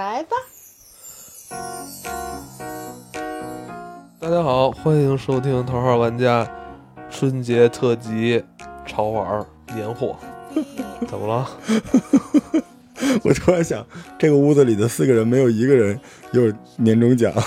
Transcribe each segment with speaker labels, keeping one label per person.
Speaker 1: 来吧。
Speaker 2: 大家好，欢迎收听《头号玩家》春节特辑潮玩 儿年货。怎么了？
Speaker 3: 我突然想，这个屋子里的四个人没有一个人有年终奖，
Speaker 4: 啊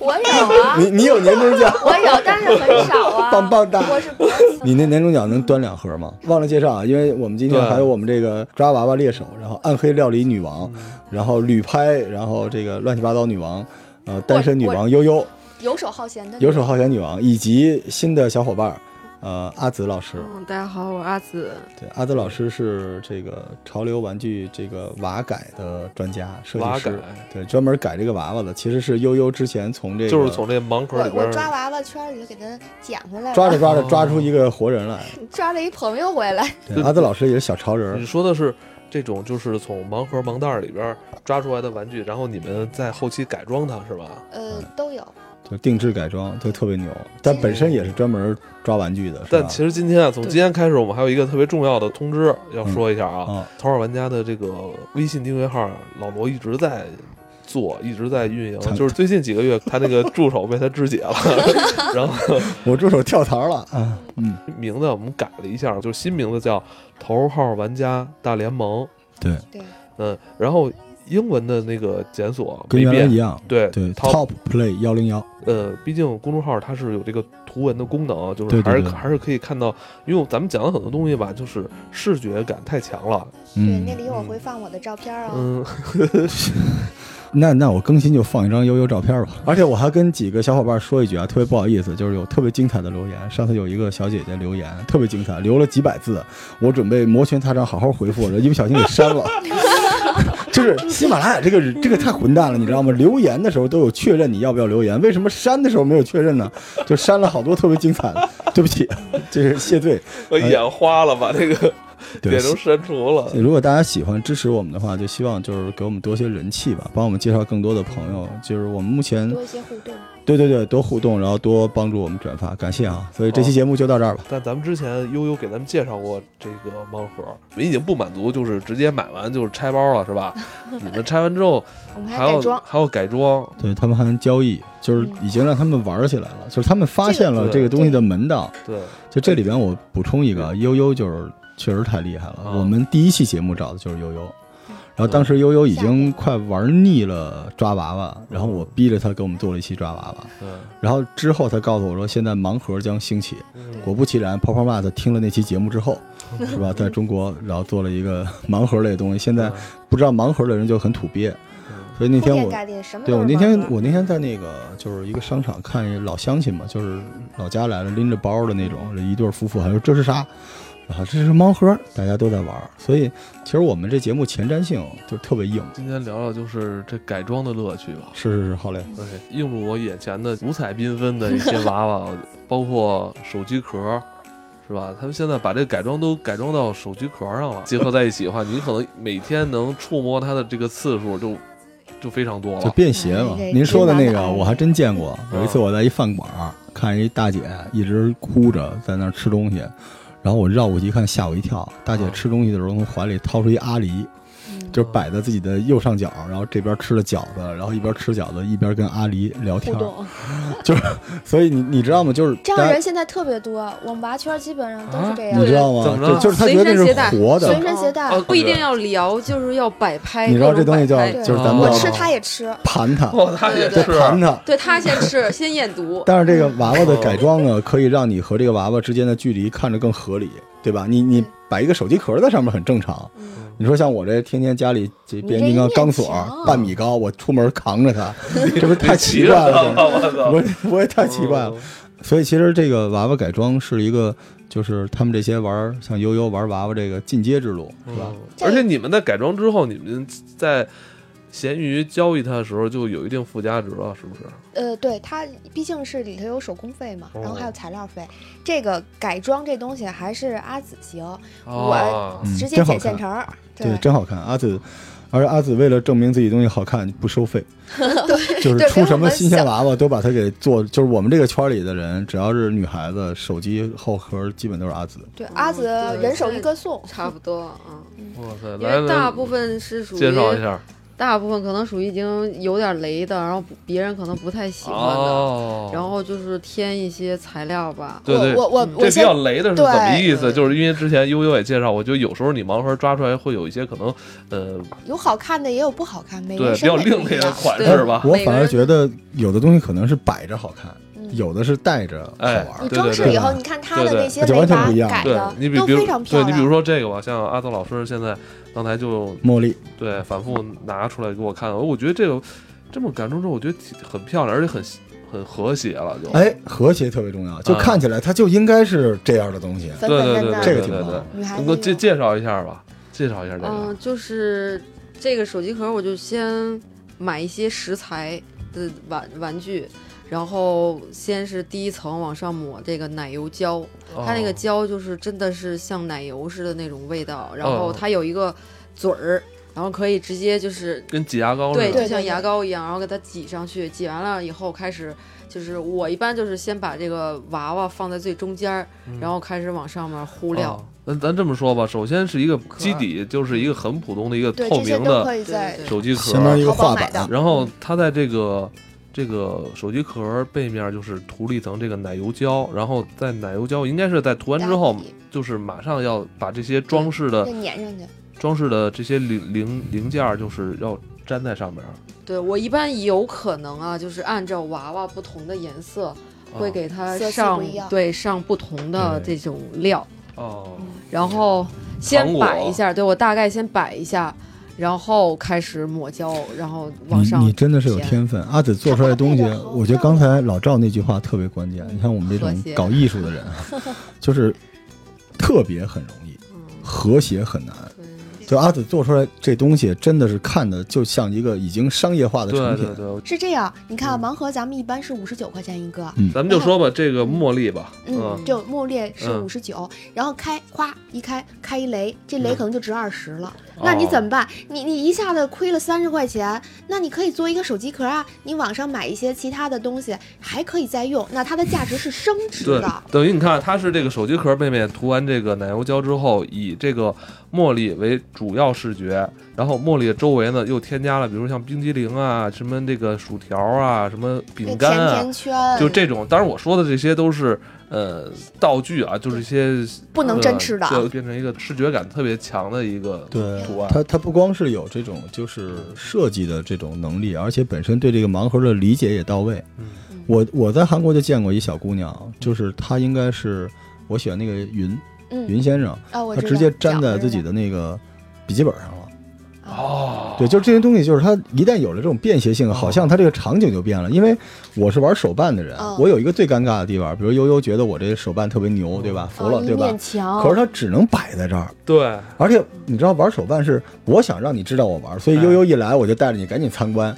Speaker 4: 我有啊，
Speaker 3: 你你有年终奖，
Speaker 4: 我有，但是很少啊。
Speaker 3: 棒棒哒！
Speaker 4: 我是不
Speaker 3: 你那年终奖能端两盒吗？忘了介绍啊，因为我们今天
Speaker 2: 对
Speaker 3: 还有我们这个抓娃娃猎手，然后暗黑料理女王，
Speaker 2: 嗯
Speaker 3: 然后旅拍，然后这个乱七八糟女王，呃，单身女王悠悠，
Speaker 4: 游手好闲的。
Speaker 3: 游手好闲女王，以及新的小伙伴儿，呃，阿紫老师。
Speaker 5: 嗯，大家好，我是阿紫。
Speaker 3: 对，阿紫老师是这个潮流玩具这个娃改的专家设计
Speaker 2: 拉
Speaker 3: 师
Speaker 2: 改，
Speaker 3: 对，专门改这个娃娃的，其实是悠悠之前从这个
Speaker 2: 就是从这盲
Speaker 4: 我
Speaker 2: 盒里
Speaker 4: 我
Speaker 2: 边儿
Speaker 4: 抓娃娃圈里就给他捡回来了，
Speaker 3: 抓着抓着
Speaker 2: 哦
Speaker 3: 抓出一个活人来。
Speaker 2: 嗯
Speaker 4: 抓了一朋友回来，
Speaker 3: 对
Speaker 2: 对
Speaker 3: 阿德老师也是小潮人
Speaker 2: 你
Speaker 3: 儿，
Speaker 2: 说的是这种，就是从盲盒盲袋儿里边儿抓出来的玩具，然后你们在后期改装它，是吧？
Speaker 4: 呃，都有。
Speaker 3: 就定制改装，就特别牛。但本身也是专门抓玩具的，是
Speaker 2: 但
Speaker 3: 吧
Speaker 2: 其实今天啊，从
Speaker 5: 对
Speaker 2: 今天开始，我们还有一个特别重要的通知要说一下啊。
Speaker 3: 啊，
Speaker 2: 头号玩家的这个微信订阅号，老罗一直在做，一直在运 营
Speaker 3: 他。
Speaker 2: 就是最近几个月，他那个助手被他肢 解了，然后
Speaker 3: 我助手跳槽了啊，嗯，
Speaker 2: 名字我们改了一下，就是新名字叫“头号玩家大联盟
Speaker 3: 对，”。
Speaker 2: 嗯，然后英文的那个检索
Speaker 3: 跟
Speaker 2: 没
Speaker 3: 原来一
Speaker 2: 变。
Speaker 3: 样，
Speaker 2: 对
Speaker 3: 对
Speaker 2: ，top
Speaker 3: ，Top Play 幺零幺，
Speaker 2: 呃，毕竟公众号它是有这个图文的功能，就
Speaker 3: 对
Speaker 2: 是
Speaker 3: 对
Speaker 2: 还是
Speaker 3: 对
Speaker 2: 还是可以看到，因为咱们讲的很多东西吧，就是视觉感太强了，
Speaker 4: 对，
Speaker 3: 嗯
Speaker 4: 那，里有我会放我的照片啊。
Speaker 2: 嗯，
Speaker 3: 那那我更新就放一张悠悠照片吧。而且我还跟几个小伙伴说一句啊，特别不好意思，就是有特别精彩的留言。上次有一个小姐姐留言特别精彩，留了几百字，我准备摩拳擦掌好好回复，然后一不小心给删了。 就是喜马拉雅这个这个太混蛋了，你知道吗？留言的时候都有确认你要不要留言，为什么删的时候没有确认呢？就删了好多特别精彩的，对不起， 这是谢罪。
Speaker 2: 我眼哎花了，把这个
Speaker 3: 对
Speaker 2: 脸，都删除了。
Speaker 3: 如果大家喜欢支持我们的话，就希望就是给我们多些人气吧，帮我们介绍更多的朋友。就是我们目前
Speaker 4: 多一些互动，
Speaker 3: 对对对，多互动，然后多帮助我们转发，感谢啊！所以这期节目就到这儿吧。
Speaker 2: 但咱们之前悠悠给咱们介绍过这个盲盒，我们已经不满足，就是直接买完就是拆包了，是 吧？你们拆完之后
Speaker 4: 我们
Speaker 2: 还
Speaker 4: 还
Speaker 2: 要
Speaker 4: 改装。
Speaker 2: 还要改装，
Speaker 3: 对他们还能交易，就是已经让他们玩起来了，就是他们发现了这
Speaker 2: 这
Speaker 3: 个
Speaker 2: 个
Speaker 3: 东西的门道。
Speaker 2: 对，
Speaker 3: 就这里边我补充一个啊，悠悠就是确实太厉害了。
Speaker 2: 啊
Speaker 3: 我们第一期节目找的就是悠悠，然后当时悠悠已经快玩腻了抓娃娃，然后我逼着他给我们做了一期抓娃娃，
Speaker 2: 嗯，
Speaker 3: 然后之后他告诉我说现在盲盒将兴起，
Speaker 2: 嗯
Speaker 3: 果不其然，泡泡玛特听了那期节目之后，是吧，在中国然后做了一个 盲盒类的东西，现在。
Speaker 2: 嗯
Speaker 3: 不知道盲盒的人就很土鳖，所以那
Speaker 4: 铺
Speaker 3: 天
Speaker 4: 天
Speaker 3: 我
Speaker 4: 盖地，什么
Speaker 3: 对
Speaker 4: 都
Speaker 3: 我
Speaker 4: 是
Speaker 3: 那
Speaker 4: 盲
Speaker 3: 天
Speaker 4: 盒
Speaker 3: 我那天在那个就是一个商场看一老乡亲嘛，就是老家来了拎着包的那种，一对夫妇还说这是啥，然后这是盲盒，大家都在玩儿，所以其实我们这节目前瞻性就特别硬。
Speaker 2: 今天聊聊就是这改装的乐趣吧。
Speaker 3: 是是是，好嘞，
Speaker 2: 对，映入我眼前的五彩缤纷的一些娃娃， 包括手机壳，是吧？他们现在把这改装都改装到手机壳上了，结合在一起的话，你可能每天能触摸它的这个次数就就非常多
Speaker 3: 就
Speaker 2: 了。
Speaker 3: 便携嘛
Speaker 4: 哎。这
Speaker 3: 您说的那
Speaker 4: 真
Speaker 3: 个
Speaker 4: 麻烦
Speaker 3: 我还真见过，
Speaker 2: 嗯
Speaker 3: 有一次我在一饭馆儿看一大姐一直哭着在那儿吃东西，然后我绕过去一看，吓我一跳，大姐
Speaker 2: 啊
Speaker 3: 吃东西的时候从怀里掏出一阿狸。
Speaker 4: 嗯
Speaker 3: 就是摆在自己的右上角，然后这边吃了饺子，然后一边吃饺子一边跟阿狸聊
Speaker 4: 互
Speaker 3: 天，
Speaker 4: 动，
Speaker 3: 所以你你知道吗？就是
Speaker 4: 这样
Speaker 3: 大
Speaker 4: 的
Speaker 3: 家
Speaker 4: 人现在特别多，我们娃圈基本上都是这样
Speaker 3: 啊你。知道吗？
Speaker 2: 怎么
Speaker 3: 就
Speaker 2: 了
Speaker 3: 就是他觉得那是活
Speaker 4: 啊随
Speaker 3: 的，
Speaker 4: 身携带，
Speaker 2: 啊
Speaker 5: 不一定要聊，就是要摆拍。
Speaker 3: 你知道
Speaker 5: 各种
Speaker 3: 这东西叫
Speaker 5: 摆拍
Speaker 3: 就
Speaker 4: 对
Speaker 3: 是咱们
Speaker 4: 我
Speaker 3: 叫
Speaker 4: 吃他也吃，
Speaker 3: 盘它，
Speaker 2: 哦，他也
Speaker 3: 对
Speaker 2: 是，
Speaker 3: 盘它。
Speaker 5: 对他先吃， 先 验毒。
Speaker 3: 但是这个娃娃的改装呢，可以让你和这个娃娃之间的距离看着更合理，对吧？你你摆一个手机壳在上面很正常。
Speaker 4: 嗯
Speaker 3: 你说像我这天天家里这变形金刚钢索
Speaker 4: 你这一面墙啊
Speaker 3: 半米高，我出门扛 着它，这不是太奇怪了？这
Speaker 2: 我操！
Speaker 3: 我我也太奇怪
Speaker 4: 哦
Speaker 3: 了。所以其实这个娃娃改装是一个，就是他们这些玩儿像悠悠玩娃娃这个进阶之路，是
Speaker 2: 是吧
Speaker 5: 嗯
Speaker 3: 吧？？
Speaker 4: 这
Speaker 2: 而且你们在改装之后，你们在闲鱼交易它的时候就有一定附加值了，是不是？
Speaker 4: 呃，对，它毕竟是里头有手工费嘛，然后还
Speaker 2: 哦
Speaker 4: 有材料费。这个改装这东西还是阿紫行，
Speaker 2: 啊，
Speaker 3: 嗯
Speaker 4: 直接
Speaker 3: 真好
Speaker 4: 剪现
Speaker 3: 看
Speaker 4: 成儿。
Speaker 3: 对，真好看。阿紫，而阿紫为了证明自己东西好看，不收费， 就 是
Speaker 4: 对
Speaker 3: 出什
Speaker 4: 给我
Speaker 3: 么
Speaker 4: 们
Speaker 3: 新鲜
Speaker 4: 想
Speaker 3: 娃娃都把它给做，就是我们这个圈里的人，只要是女孩子，手机后壳基本都是阿紫。
Speaker 4: 对，阿紫
Speaker 5: 对
Speaker 4: 人手一个送，
Speaker 5: 差不多啊。
Speaker 2: 哇塞，
Speaker 5: 因
Speaker 2: 来
Speaker 5: 为大
Speaker 2: 来，
Speaker 5: 部分是属于
Speaker 2: 介绍一下。
Speaker 5: 大部分可能属于已经有点雷的，然后别人可能不太喜欢的，
Speaker 2: 哦，
Speaker 5: 然后就是添一些材料吧。
Speaker 2: 对对，
Speaker 4: 我我我
Speaker 2: 嗯这
Speaker 4: 我
Speaker 2: 比
Speaker 4: 先
Speaker 2: 较雷的是怎么意思？
Speaker 5: 对
Speaker 2: 就是因为之前悠悠也介绍，我觉得有时候你盲盒抓出来会有一些可能，呃，
Speaker 4: 有好看的也有不好看，每个
Speaker 2: 对
Speaker 4: 人
Speaker 2: 比较
Speaker 4: 审美不
Speaker 2: 另类
Speaker 4: 一
Speaker 2: 的
Speaker 4: 样。
Speaker 2: 款
Speaker 5: 对
Speaker 2: 式吧。
Speaker 3: 我
Speaker 5: 每个
Speaker 3: 反而
Speaker 5: 人
Speaker 3: 觉得有的东西可能是摆着好看，
Speaker 4: 嗯
Speaker 3: 有的是戴着好玩
Speaker 2: 哎
Speaker 3: 儿。
Speaker 4: 你
Speaker 2: 对对
Speaker 4: 装饰
Speaker 3: 对
Speaker 4: 以后，你看它的
Speaker 2: 对对
Speaker 4: 那些
Speaker 3: 就
Speaker 4: 雷
Speaker 3: 完全
Speaker 4: 达
Speaker 3: 不一样
Speaker 4: 改
Speaker 2: 对
Speaker 4: 的
Speaker 2: 你比
Speaker 4: 都
Speaker 2: 比如
Speaker 4: 非常漂
Speaker 2: 对
Speaker 4: 亮。
Speaker 2: 你比如说这个吧，像阿豆老师现在刚才就
Speaker 3: 茉莉，
Speaker 2: 对反复拿出来给我看，我觉得这个这么感动之后，我觉得挺很漂亮，而且很很和谐了，就
Speaker 3: 哎，和谐特别重要，就
Speaker 2: 啊
Speaker 3: 看起来它就应该是这样的东西。
Speaker 4: 粉
Speaker 2: 对
Speaker 4: 粉
Speaker 2: 对
Speaker 4: 嫩
Speaker 2: 对
Speaker 4: 嫩，
Speaker 3: 这个
Speaker 2: 对
Speaker 3: 挺
Speaker 2: 对
Speaker 3: 棒
Speaker 2: 对，
Speaker 4: 女孩
Speaker 2: 能
Speaker 4: 子
Speaker 2: 够介
Speaker 4: 用
Speaker 2: 介绍一下吧，介绍一下这
Speaker 5: 嗯、
Speaker 2: 个。
Speaker 5: 就是这个手机壳，我就先买一些食材的玩玩具，然后先是第一层往上抹这个奶油胶，它那个
Speaker 2: 哦
Speaker 5: 胶就是真的是像奶油似的那种味道，然
Speaker 2: 哦
Speaker 5: 后它有一个嘴儿，然后可以直接就是
Speaker 2: 跟挤牙膏
Speaker 5: 对，
Speaker 2: 似的，
Speaker 5: 就
Speaker 4: 对
Speaker 5: 像
Speaker 4: 对
Speaker 5: 牙
Speaker 4: 对
Speaker 5: 膏一样，然后给它挤上去，挤完了以后开始，就是我一般就是先把这个娃娃放在最中间儿，然后开始往上面糊料
Speaker 2: 嗯哦。咱咱这么说吧，首先是一个基底，就是一个很普通的一个
Speaker 4: 对
Speaker 2: 透
Speaker 4: 这些
Speaker 2: 明
Speaker 4: 都
Speaker 2: 的
Speaker 4: 可以
Speaker 5: 对
Speaker 4: 在
Speaker 5: 对
Speaker 2: 手机壳，
Speaker 3: 相当于一个
Speaker 4: 淘宝
Speaker 3: 画
Speaker 4: 买
Speaker 3: 板
Speaker 4: 的，
Speaker 2: 然后它在这个这个手机壳背面就是涂了一层这个奶油胶，然后在奶油胶应该是在涂完之后嗯
Speaker 4: 打底，
Speaker 2: 就是马上要把这些装饰的
Speaker 4: 再粘上去。
Speaker 2: 装饰的这些零零零件儿，就是要粘在上面儿。
Speaker 5: 对我一般有可能啊，就是按照娃娃不同的颜色，
Speaker 4: 哦
Speaker 2: 啊
Speaker 5: 会给它
Speaker 4: 色系
Speaker 5: 上
Speaker 4: 不一样
Speaker 5: 对上不同的这
Speaker 3: 对
Speaker 5: 种料，
Speaker 2: 哦，
Speaker 5: 然后先
Speaker 2: 糖果
Speaker 5: 摆一下，对我大概先摆一下，然后开始抹胶，然后往
Speaker 3: 你
Speaker 5: 上
Speaker 3: 你真的是有
Speaker 5: 填
Speaker 3: 天分，阿紫做出来的东西
Speaker 4: 它搭配得，好
Speaker 3: 我觉得刚才老赵那句话特别关键。你看我们这种
Speaker 5: 和谐
Speaker 3: 搞艺术的 人啊，就是特别很容易，和谐很难。
Speaker 5: 嗯
Speaker 3: 就阿紫做出来这东西，真的是看的就像一个已经商业化的
Speaker 2: 对
Speaker 3: 成品。
Speaker 2: 对对，
Speaker 4: 是这样，你
Speaker 2: 嗯
Speaker 4: 看啊盲盒咱们一般是五十九块钱一个，
Speaker 3: 嗯
Speaker 2: 咱们就说吧，这个茉莉吧，
Speaker 4: 嗯，就茉莉是
Speaker 2: 嗯
Speaker 4: 五十九，然后开哗一开开一雷，这雷
Speaker 2: 嗯
Speaker 4: 可能就值二十了，那
Speaker 2: 哦
Speaker 4: 你怎么办？你你一下子亏了三十块钱，那你可以做一个手机壳啊，你网上买一些其他的东西还可以再用，那它的价值是升值
Speaker 2: 对
Speaker 4: 的，，
Speaker 2: 等于你看，它是这个手机壳背面涂完这个奶油胶之后，以这个茉莉为主要视觉，然后茉莉的周围呢又添加了，比如像冰激凌啊、什么这个薯条啊、什么饼
Speaker 4: 甜
Speaker 2: 干啊，
Speaker 4: 甜圈
Speaker 2: 就这种。当然我说的这些都是呃道具啊，就是一些
Speaker 4: 不能真吃的啊，
Speaker 2: 呃就变成一个视觉感特别强的一个
Speaker 3: 对
Speaker 2: 图案。
Speaker 3: 他他不光是有这种就是设计的这种能力，而且本身对这个盲盒的理解也到位。
Speaker 5: 嗯
Speaker 3: 我我在韩国就见过一小姑娘，就是她应该是我喜欢那个云
Speaker 4: 嗯
Speaker 3: 云先生，
Speaker 4: 啊，我
Speaker 3: 她
Speaker 4: 知道
Speaker 3: 直接粘在自己
Speaker 4: 饺子
Speaker 3: 的那个笔记本上了。
Speaker 4: 是吧啊
Speaker 2: 哦，
Speaker 3: 对，就是这些东西，就是它一旦有了这种便携
Speaker 4: 哦
Speaker 3: 性，好像它这个场景就变了。因为我是玩手办的人
Speaker 4: 哦，
Speaker 3: 我有一个最尴尬的地方，比如悠悠觉得我这手办特别牛，对吧？服了，
Speaker 4: 啊
Speaker 3: 对
Speaker 4: 一
Speaker 3: 吧
Speaker 4: 面？墙，
Speaker 3: 可是它只能摆在这儿，
Speaker 2: 对，
Speaker 3: 而且你知道玩手办是我想让你知道我玩，所以
Speaker 2: 哎
Speaker 3: 悠悠
Speaker 4: 嗯
Speaker 3: 一来我就带着你赶紧参 观。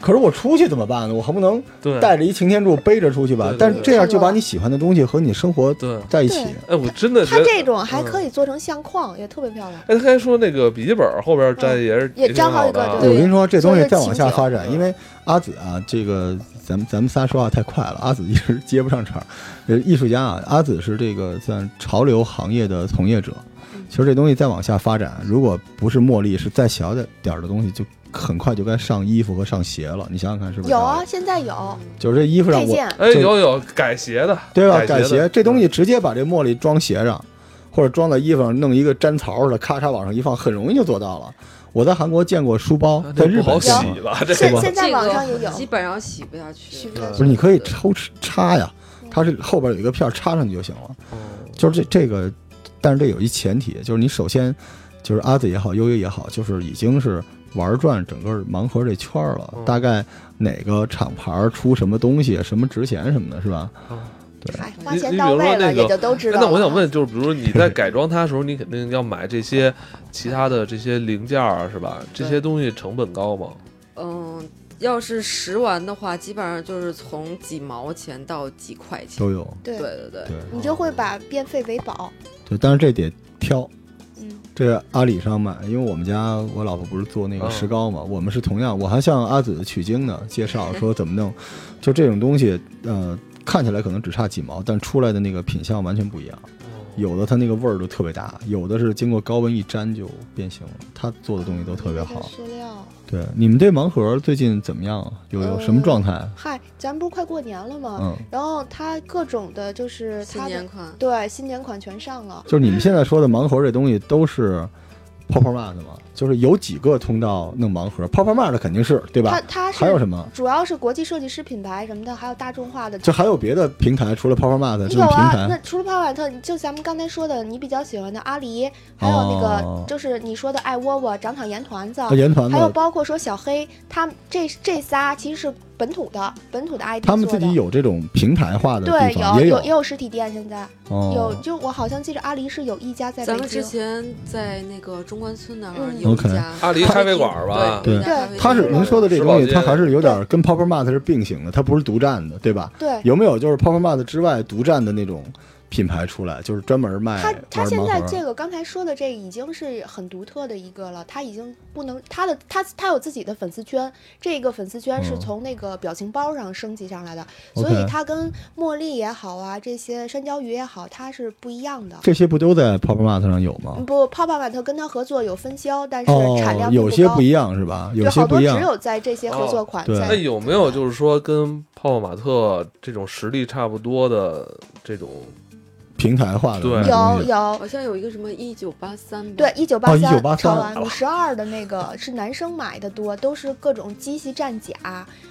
Speaker 3: 可是我出去怎么办呢？我恨不能
Speaker 2: 对，
Speaker 3: 带着一擎天柱背着出去吧
Speaker 2: 对对？
Speaker 3: 但是
Speaker 2: 对
Speaker 3: 这样就把你喜欢的东西和你生活
Speaker 2: 对。
Speaker 3: 在一起。
Speaker 2: 哎，我真的觉
Speaker 4: 它
Speaker 2: 得
Speaker 4: 这种还
Speaker 2: 嗯
Speaker 4: 可以做成相框，也特别漂亮。
Speaker 2: 哎，他还说那个笔记本后边粘
Speaker 4: 嗯
Speaker 2: 也是
Speaker 4: 也
Speaker 2: 挺
Speaker 4: 粘好
Speaker 2: 好
Speaker 4: 几个
Speaker 2: 的啊，
Speaker 4: 对
Speaker 3: 我跟你说，这东西再往下
Speaker 2: 所
Speaker 3: 发
Speaker 2: 以是
Speaker 3: 展，
Speaker 2: 情景
Speaker 3: 因为阿紫啊，这个咱们咱们仨说话太快了，阿紫一直接不上茬儿。呃，艺术家啊，阿紫是这个算潮流行业的从业者。
Speaker 4: 嗯
Speaker 3: 其实这东西再往下发展，如果不是茉莉，是再小点点儿的东西，就很快就该上衣服和上鞋了。你想想看，是不是？
Speaker 4: 有啊，，现在有
Speaker 3: 就是这衣服上
Speaker 4: 配
Speaker 3: 我，
Speaker 4: 件，
Speaker 2: 哎，
Speaker 3: 就
Speaker 2: 有有改鞋的，
Speaker 3: 对吧？
Speaker 2: 改
Speaker 3: 改
Speaker 2: 鞋的嗯
Speaker 3: 鞋这东西直接把这茉莉装鞋上，或者装在衣服上，弄一个粘槽似的，咔嚓往上一放，很容易就做到了。我在韩国见过书包
Speaker 2: 啊，
Speaker 3: 在
Speaker 2: 这
Speaker 3: 日
Speaker 2: 不
Speaker 3: 本
Speaker 2: 好洗
Speaker 3: 见过
Speaker 2: 吧？这呃
Speaker 4: 现
Speaker 3: 吧
Speaker 4: 现在网上也有
Speaker 5: 基本上洗不下去，
Speaker 4: 洗不下
Speaker 3: 不是，你可以
Speaker 5: 对
Speaker 3: 抽插呀，它是后边有一个片儿插上去就行了。就是这这个，但是这有一前提，就是你首先就是阿紫也好，悠悠也好，就是已经是玩转整个盲盒这圈儿了
Speaker 2: 嗯，
Speaker 3: 大概哪个厂牌儿出什么东西，什么值钱什么的，是吧？
Speaker 4: 哎，
Speaker 2: 你
Speaker 4: 花钱
Speaker 2: 你
Speaker 4: 到
Speaker 2: 比如说
Speaker 4: 位了
Speaker 2: 那个
Speaker 4: 也就都知
Speaker 2: 哎
Speaker 4: 道了。
Speaker 2: 那我想问，就是比如说你 在改装它的时候，你肯定要买这些其他的这些零件儿，啊是吧？这些
Speaker 5: 对
Speaker 2: 东西成本高吗？
Speaker 5: 嗯，要是十完的话，基本上就是从几毛钱到几块钱。
Speaker 3: 都有。
Speaker 5: 对
Speaker 4: 对，
Speaker 5: 对对
Speaker 3: 对
Speaker 4: 你就会把变废为宝。
Speaker 3: 对，但是这得挑，
Speaker 4: 嗯，
Speaker 3: 这阿里上买，因为我们家我老婆不是做那个石膏嘛，我们是同样，我还向阿紫取经呢，介绍说怎么弄，就这种东西，呃，看起来可能只差几毛，但出来的那个品相完全不一样，有的它那个味儿就特别大，有的是经过高温一粘就变形了，他做的东西都特别好。
Speaker 4: 塑料。
Speaker 3: 对，你们这盲盒最近怎么样啊？有有
Speaker 4: 嗯
Speaker 3: 什么状态？
Speaker 4: 嗨，咱不是快过年了吗？
Speaker 3: 嗯，
Speaker 4: 然后它各种的，就是
Speaker 5: 新
Speaker 4: 它
Speaker 5: 年
Speaker 4: 的
Speaker 5: 款，
Speaker 4: 对新年款全上了。
Speaker 3: 就是你们现在说的盲盒这东西都是泡泡玛的吗？就是有几个通道弄盲盒，泡泡玛的肯定是对
Speaker 4: 它
Speaker 3: 吧？
Speaker 4: 它是
Speaker 3: 还有什么？
Speaker 4: 主要是国际设计师品牌什么的，还有大众化的。
Speaker 3: 就还有别的平台，除了泡泡玛的这
Speaker 4: 有
Speaker 3: 种平
Speaker 4: 啊，那
Speaker 3: 台，
Speaker 4: 除了泡泡玛特，就咱们刚才说的，你比较喜欢的阿狸，还有那
Speaker 3: 哦
Speaker 4: 个就是你说的爱窝窝、长场盐团子，
Speaker 3: 啊盐团
Speaker 4: 还有
Speaker 3: 子，
Speaker 4: 包括说小黑，他们这这仨其实是本土的本土的 ID
Speaker 3: 他们自己
Speaker 4: 有
Speaker 3: 有这种平台化的
Speaker 4: 对
Speaker 3: 地方，也
Speaker 4: 有也有实体店，现在有
Speaker 3: 哦，
Speaker 4: 就我好像记着阿狸是有一家在
Speaker 5: 咱
Speaker 4: 北
Speaker 5: 们之
Speaker 4: 京，
Speaker 5: 前在那个中关村那儿
Speaker 4: 嗯
Speaker 5: 有一
Speaker 3: OK
Speaker 5: 家
Speaker 2: 阿狸咖啡馆儿吧
Speaker 5: 对，有一
Speaker 4: 对
Speaker 5: 家咖啡
Speaker 3: 它是
Speaker 5: 馆
Speaker 3: 您说的这
Speaker 2: 石
Speaker 3: 个
Speaker 2: 宝
Speaker 3: 东西，
Speaker 2: 街
Speaker 3: 它还是有点跟泡泡玛特是并行的，它不是独占的，对吧？
Speaker 4: 对，
Speaker 3: 有没有就是泡泡玛特之外独占的那种品牌出来，就是专门卖
Speaker 4: 他他
Speaker 3: 玩
Speaker 4: 现
Speaker 3: 盲
Speaker 4: 在
Speaker 3: 盒
Speaker 4: 这个刚才说的这已经是很独特的一个了，他已经不能他的他他有自己的粉丝圈，这个粉丝圈是
Speaker 3: 嗯
Speaker 4: 从那个表情包上升级上来的，
Speaker 3: OK
Speaker 4: 所以他跟茉莉也好啊，这些山椒鱼也好，它是不一样的。嗯
Speaker 3: 这些不都在泡泡玛特上有吗？
Speaker 4: 不，泡泡玛特跟他合作有分销，但是产
Speaker 3: 哦
Speaker 4: 量，并
Speaker 3: 有些
Speaker 4: 高
Speaker 3: 不一样是吧？有
Speaker 4: 对，
Speaker 3: 些
Speaker 4: 好
Speaker 3: 不
Speaker 4: 多
Speaker 3: 一
Speaker 4: 只
Speaker 3: 样。
Speaker 4: 有在这些合作款
Speaker 3: 哦
Speaker 4: 在
Speaker 2: 那
Speaker 3: 对
Speaker 2: 有没有就是说跟泡泡玛特这种实力差不多的这种？
Speaker 3: 平台化的
Speaker 2: 对
Speaker 4: 有
Speaker 3: 东西
Speaker 4: 有
Speaker 5: 好像有一个什么一九八三，
Speaker 4: 对，，一九八
Speaker 3: 1983
Speaker 4: 三潮玩五十二的那个是男生买的多，都是各种机器战甲，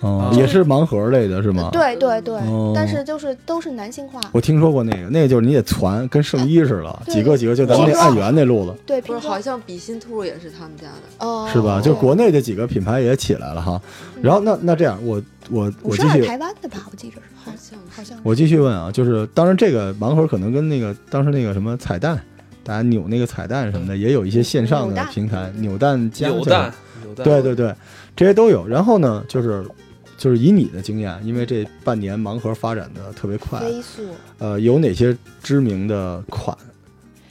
Speaker 3: 哦
Speaker 2: 嗯
Speaker 3: 也是盲盒类的是吗？
Speaker 4: 对对对，
Speaker 3: 哦
Speaker 4: 但是就是都是男性化。
Speaker 3: 我听说过那个，那个就是你得攒，跟圣衣似的，
Speaker 4: 对
Speaker 3: 几个几个，就咱们那
Speaker 4: 我
Speaker 3: 爱媛那路子
Speaker 4: 对，
Speaker 5: 不
Speaker 4: 比
Speaker 5: 是
Speaker 4: 如
Speaker 5: 好像比心兔也是他们家的，
Speaker 4: 哦，嗯
Speaker 3: 是吧？
Speaker 4: 对
Speaker 3: 就国内的几个品牌也起来了哈。然后那那这样，我我
Speaker 4: 五
Speaker 3: 我
Speaker 4: 十
Speaker 3: 继
Speaker 4: 二
Speaker 3: 续
Speaker 4: 台湾的吧，我记着是
Speaker 5: 好
Speaker 4: 好像
Speaker 5: 像
Speaker 4: 好像
Speaker 3: 我继续问啊，就是当然这个盲盒可能跟那个当时那个什么彩蛋。大家扭那个彩蛋什么的，也有一些线上
Speaker 4: 嗯扭
Speaker 3: 的
Speaker 4: 蛋
Speaker 3: 平台，扭蛋加
Speaker 2: 有
Speaker 3: 这种
Speaker 2: 蛋，有蛋，
Speaker 3: 对对对，这些都有。然后呢，就是就是以你的经验，因为这半年盲盒发展的特别快，啊
Speaker 4: 飞速
Speaker 3: 呃，有哪些知名的款？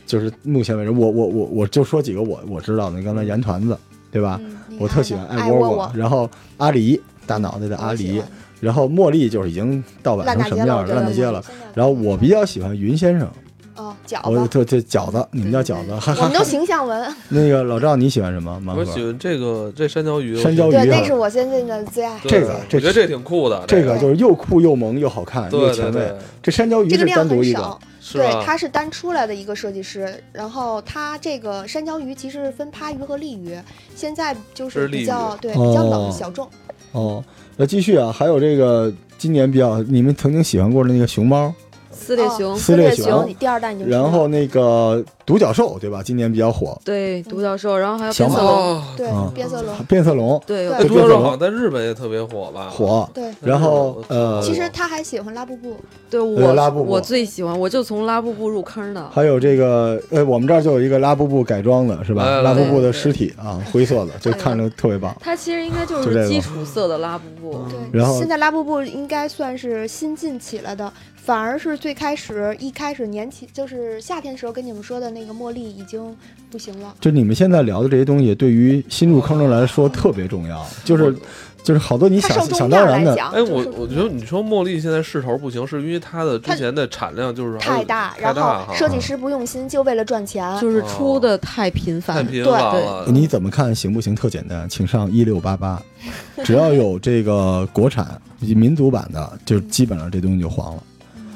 Speaker 3: 就是目前为止，我我我我就说几个我我知道的，你刚才盐团子，对吧？
Speaker 4: 嗯你
Speaker 3: 啊我
Speaker 4: 看
Speaker 3: 特喜
Speaker 4: 看
Speaker 3: 欢
Speaker 4: 爱
Speaker 3: 窝
Speaker 4: 窝，
Speaker 3: 然后阿狸大脑袋的
Speaker 4: 我
Speaker 3: 阿
Speaker 4: 喜
Speaker 3: 狸
Speaker 4: 欢，
Speaker 3: 然后茉莉就是已经盗版
Speaker 4: 烂
Speaker 3: 成
Speaker 4: 大
Speaker 3: 什
Speaker 4: 街了，
Speaker 3: 么样
Speaker 4: 我
Speaker 3: 儿，
Speaker 4: 觉
Speaker 3: 烂
Speaker 4: 得
Speaker 3: 大街
Speaker 4: 现
Speaker 3: 了。
Speaker 4: 在
Speaker 3: 然后我比较喜欢云先生，
Speaker 4: 哦饺
Speaker 3: 我
Speaker 4: 子，
Speaker 3: 特这饺子，你们叫饺子，
Speaker 5: 对
Speaker 3: 哈
Speaker 4: 嗯我
Speaker 3: 哈
Speaker 4: 们。都形象 文，
Speaker 3: 那个老赵，你喜欢什么盲
Speaker 2: 我喜
Speaker 3: 盒？
Speaker 2: 欢这个这山椒鱼，
Speaker 3: 山椒
Speaker 2: 我
Speaker 3: 鱼
Speaker 2: 觉得
Speaker 4: 对，
Speaker 3: 啊
Speaker 4: 那是我现在的最爱。
Speaker 2: 对
Speaker 3: 这个这
Speaker 2: 我觉得这挺酷的，
Speaker 3: 这
Speaker 2: 个
Speaker 3: 个就是又酷又萌又好看又
Speaker 2: 对
Speaker 3: 前
Speaker 2: 对
Speaker 3: 卫。
Speaker 2: 对，
Speaker 3: 这山椒鱼
Speaker 4: 这个
Speaker 3: 是
Speaker 4: 量
Speaker 3: 单独
Speaker 4: 很
Speaker 3: 一个，
Speaker 4: 少，
Speaker 2: 是
Speaker 4: 对，
Speaker 2: 吧？
Speaker 4: 它是单出来的一个设计师。然后它这个山椒鱼其实分趴鱼和鲤鱼，现在就
Speaker 2: 这
Speaker 4: 是
Speaker 2: 是鲤
Speaker 4: 比
Speaker 2: 鱼
Speaker 4: 较对比较冷
Speaker 3: 哦
Speaker 4: 小众。
Speaker 3: 哦，那继续啊，还有这个今年比较你们曾经喜欢过的那个熊猫，
Speaker 5: 撕
Speaker 4: 哦
Speaker 5: 裂熊，
Speaker 3: 撕裂熊
Speaker 4: 你第二代你们
Speaker 3: 然后那个独角兽，对吧？今年比较火，
Speaker 4: 嗯
Speaker 5: 对，独角兽，然后还有
Speaker 3: 小
Speaker 5: 变色
Speaker 3: 马
Speaker 5: 龙，
Speaker 2: 哦，
Speaker 4: 对
Speaker 3: 啊
Speaker 4: 变色龙，
Speaker 3: 变色龙
Speaker 5: 对，有
Speaker 4: 对
Speaker 2: 那
Speaker 3: 这
Speaker 2: 猪肉
Speaker 3: 变色
Speaker 2: 好
Speaker 3: 龙
Speaker 2: 像在日本也特别火吧？
Speaker 3: 火，
Speaker 4: 对，
Speaker 2: 啊但是
Speaker 3: 然后
Speaker 2: 我
Speaker 3: 呃
Speaker 4: 其实他还喜欢拉布布，
Speaker 5: 对
Speaker 3: 呃
Speaker 5: 我
Speaker 3: 拉布布
Speaker 5: 我最喜欢，我就从拉布布入坑的，
Speaker 3: 还有这个呃，我们这儿就有一个拉布布改装的，是吧？
Speaker 2: 哎
Speaker 3: 拉布布
Speaker 5: 对
Speaker 3: 的
Speaker 5: 对
Speaker 3: 尸体啊，灰 色的，就
Speaker 5: 哎呀
Speaker 3: 看着特别棒。
Speaker 5: 它其实应该就
Speaker 3: 就这个嗯
Speaker 5: 是基础色的拉布布，
Speaker 4: 对，
Speaker 3: 然后
Speaker 4: 现在拉布布应该算是新近起来的，反而是最开始一开始年起就是夏天时候跟你们说的那个茉莉已经不行了。
Speaker 3: 就你们现在聊的这些东西，对于新入坑的人来说特别重要，就是就是好多你
Speaker 4: 它
Speaker 3: 想
Speaker 4: 受
Speaker 3: 想
Speaker 4: 众
Speaker 3: 当
Speaker 4: 量
Speaker 3: 然
Speaker 4: 来
Speaker 3: 的，
Speaker 4: 讲，
Speaker 2: 哎，我
Speaker 4: 就是
Speaker 2: 我觉得你说茉莉现在势头不行，是因为它的之
Speaker 4: 它
Speaker 2: 前的产量就是还
Speaker 4: 太
Speaker 2: 是
Speaker 4: 大，
Speaker 2: 太
Speaker 4: 然
Speaker 2: 大
Speaker 4: 后
Speaker 2: 哈，
Speaker 3: 嗯
Speaker 4: 设计师不用心，就为了赚钱。
Speaker 5: 就是出的太频
Speaker 2: 哦太
Speaker 5: 繁，
Speaker 2: 频
Speaker 4: 对
Speaker 2: 繁了。
Speaker 4: 呃
Speaker 3: 你怎么看行不行？特简单，请上一六 八八，只要有这个国产民族版的，就基本上这东西就黄了。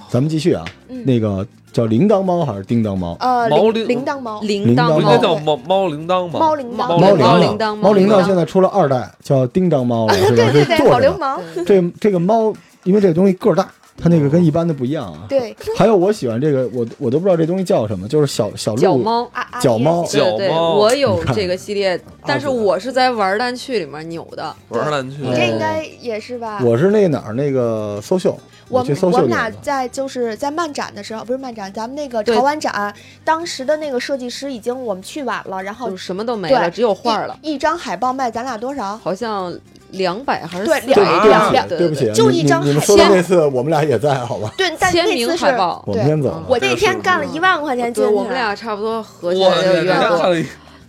Speaker 3: 咱们继续啊，
Speaker 4: 嗯
Speaker 3: 那个叫铃铛猫还是叮当猫？
Speaker 4: 呃，
Speaker 2: 毛
Speaker 4: 铃
Speaker 2: 铃
Speaker 4: 铃铛猫，
Speaker 5: 铃
Speaker 3: 铛
Speaker 5: 铛
Speaker 2: 不应该
Speaker 5: 猫，
Speaker 2: 叫猫猫铃铛吗？
Speaker 4: 猫铃铛
Speaker 2: 猫
Speaker 3: 猫
Speaker 2: 铃
Speaker 5: 猫
Speaker 3: 铃
Speaker 5: 铃
Speaker 4: 呃
Speaker 5: 铛
Speaker 3: 猫
Speaker 5: 猫
Speaker 3: 铃
Speaker 5: 铃
Speaker 3: 铛
Speaker 5: 铛
Speaker 3: 现在出了二代，叫叮当猫了，是 吧？
Speaker 4: 对
Speaker 3: 哦是
Speaker 4: 对，
Speaker 3: 坐
Speaker 4: 老
Speaker 3: 着
Speaker 4: 流
Speaker 3: 的。
Speaker 4: 氓，
Speaker 5: 对
Speaker 3: 这这个猫，因为这个东西个儿大，它那个跟一般的不一样啊。
Speaker 4: 哦对，
Speaker 3: 还有我喜欢这个，我我都不知道这东西叫什么，就是小小
Speaker 5: 角
Speaker 3: 鹿，
Speaker 5: 猫。
Speaker 4: 啊啊，
Speaker 3: 角猫
Speaker 5: 对对，
Speaker 2: 角猫
Speaker 5: 我
Speaker 3: 你
Speaker 5: 有
Speaker 3: 看啊
Speaker 5: 这个系列，但是我是在玩蛋去里面扭的，
Speaker 2: 玩烂去
Speaker 4: 你
Speaker 3: 对
Speaker 4: 这应该也是吧？
Speaker 3: 我是那哪儿那个搜秀，
Speaker 4: 啊我
Speaker 3: 去
Speaker 4: 们
Speaker 3: 搜
Speaker 4: 我
Speaker 3: 秀
Speaker 4: 们
Speaker 3: 里
Speaker 4: 俩
Speaker 3: 的。
Speaker 4: 在就是在漫展的时候，不是漫展，咱们那个
Speaker 5: 对
Speaker 4: 潮玩展，当时的那个设计师已经我们去晚了，然后
Speaker 5: 就是什么都没
Speaker 4: 对
Speaker 5: 了，只有画儿了，
Speaker 4: 一，一张海报卖咱俩多少？
Speaker 5: 好像两百还是
Speaker 4: 对
Speaker 5: 400
Speaker 4: 两
Speaker 5: 张
Speaker 4: 两两
Speaker 5: 对
Speaker 3: 对不起，
Speaker 4: 就
Speaker 3: 你
Speaker 4: 一张
Speaker 3: 你你们
Speaker 4: 海
Speaker 3: 说的
Speaker 4: 鲜
Speaker 3: 那次，我们俩也在，好吧？
Speaker 4: 对，但
Speaker 5: 签
Speaker 4: 那
Speaker 5: 名
Speaker 4: 次是
Speaker 5: 海报，
Speaker 3: 我们先走
Speaker 5: 嗯
Speaker 3: 了。
Speaker 4: 我那天啊干了一万块钱进
Speaker 5: 对
Speaker 4: 去，
Speaker 5: 我们俩差不多合起
Speaker 2: 我
Speaker 5: 来的
Speaker 2: 天，
Speaker 5: 愿
Speaker 2: 咱
Speaker 5: 望，
Speaker 2: 看了一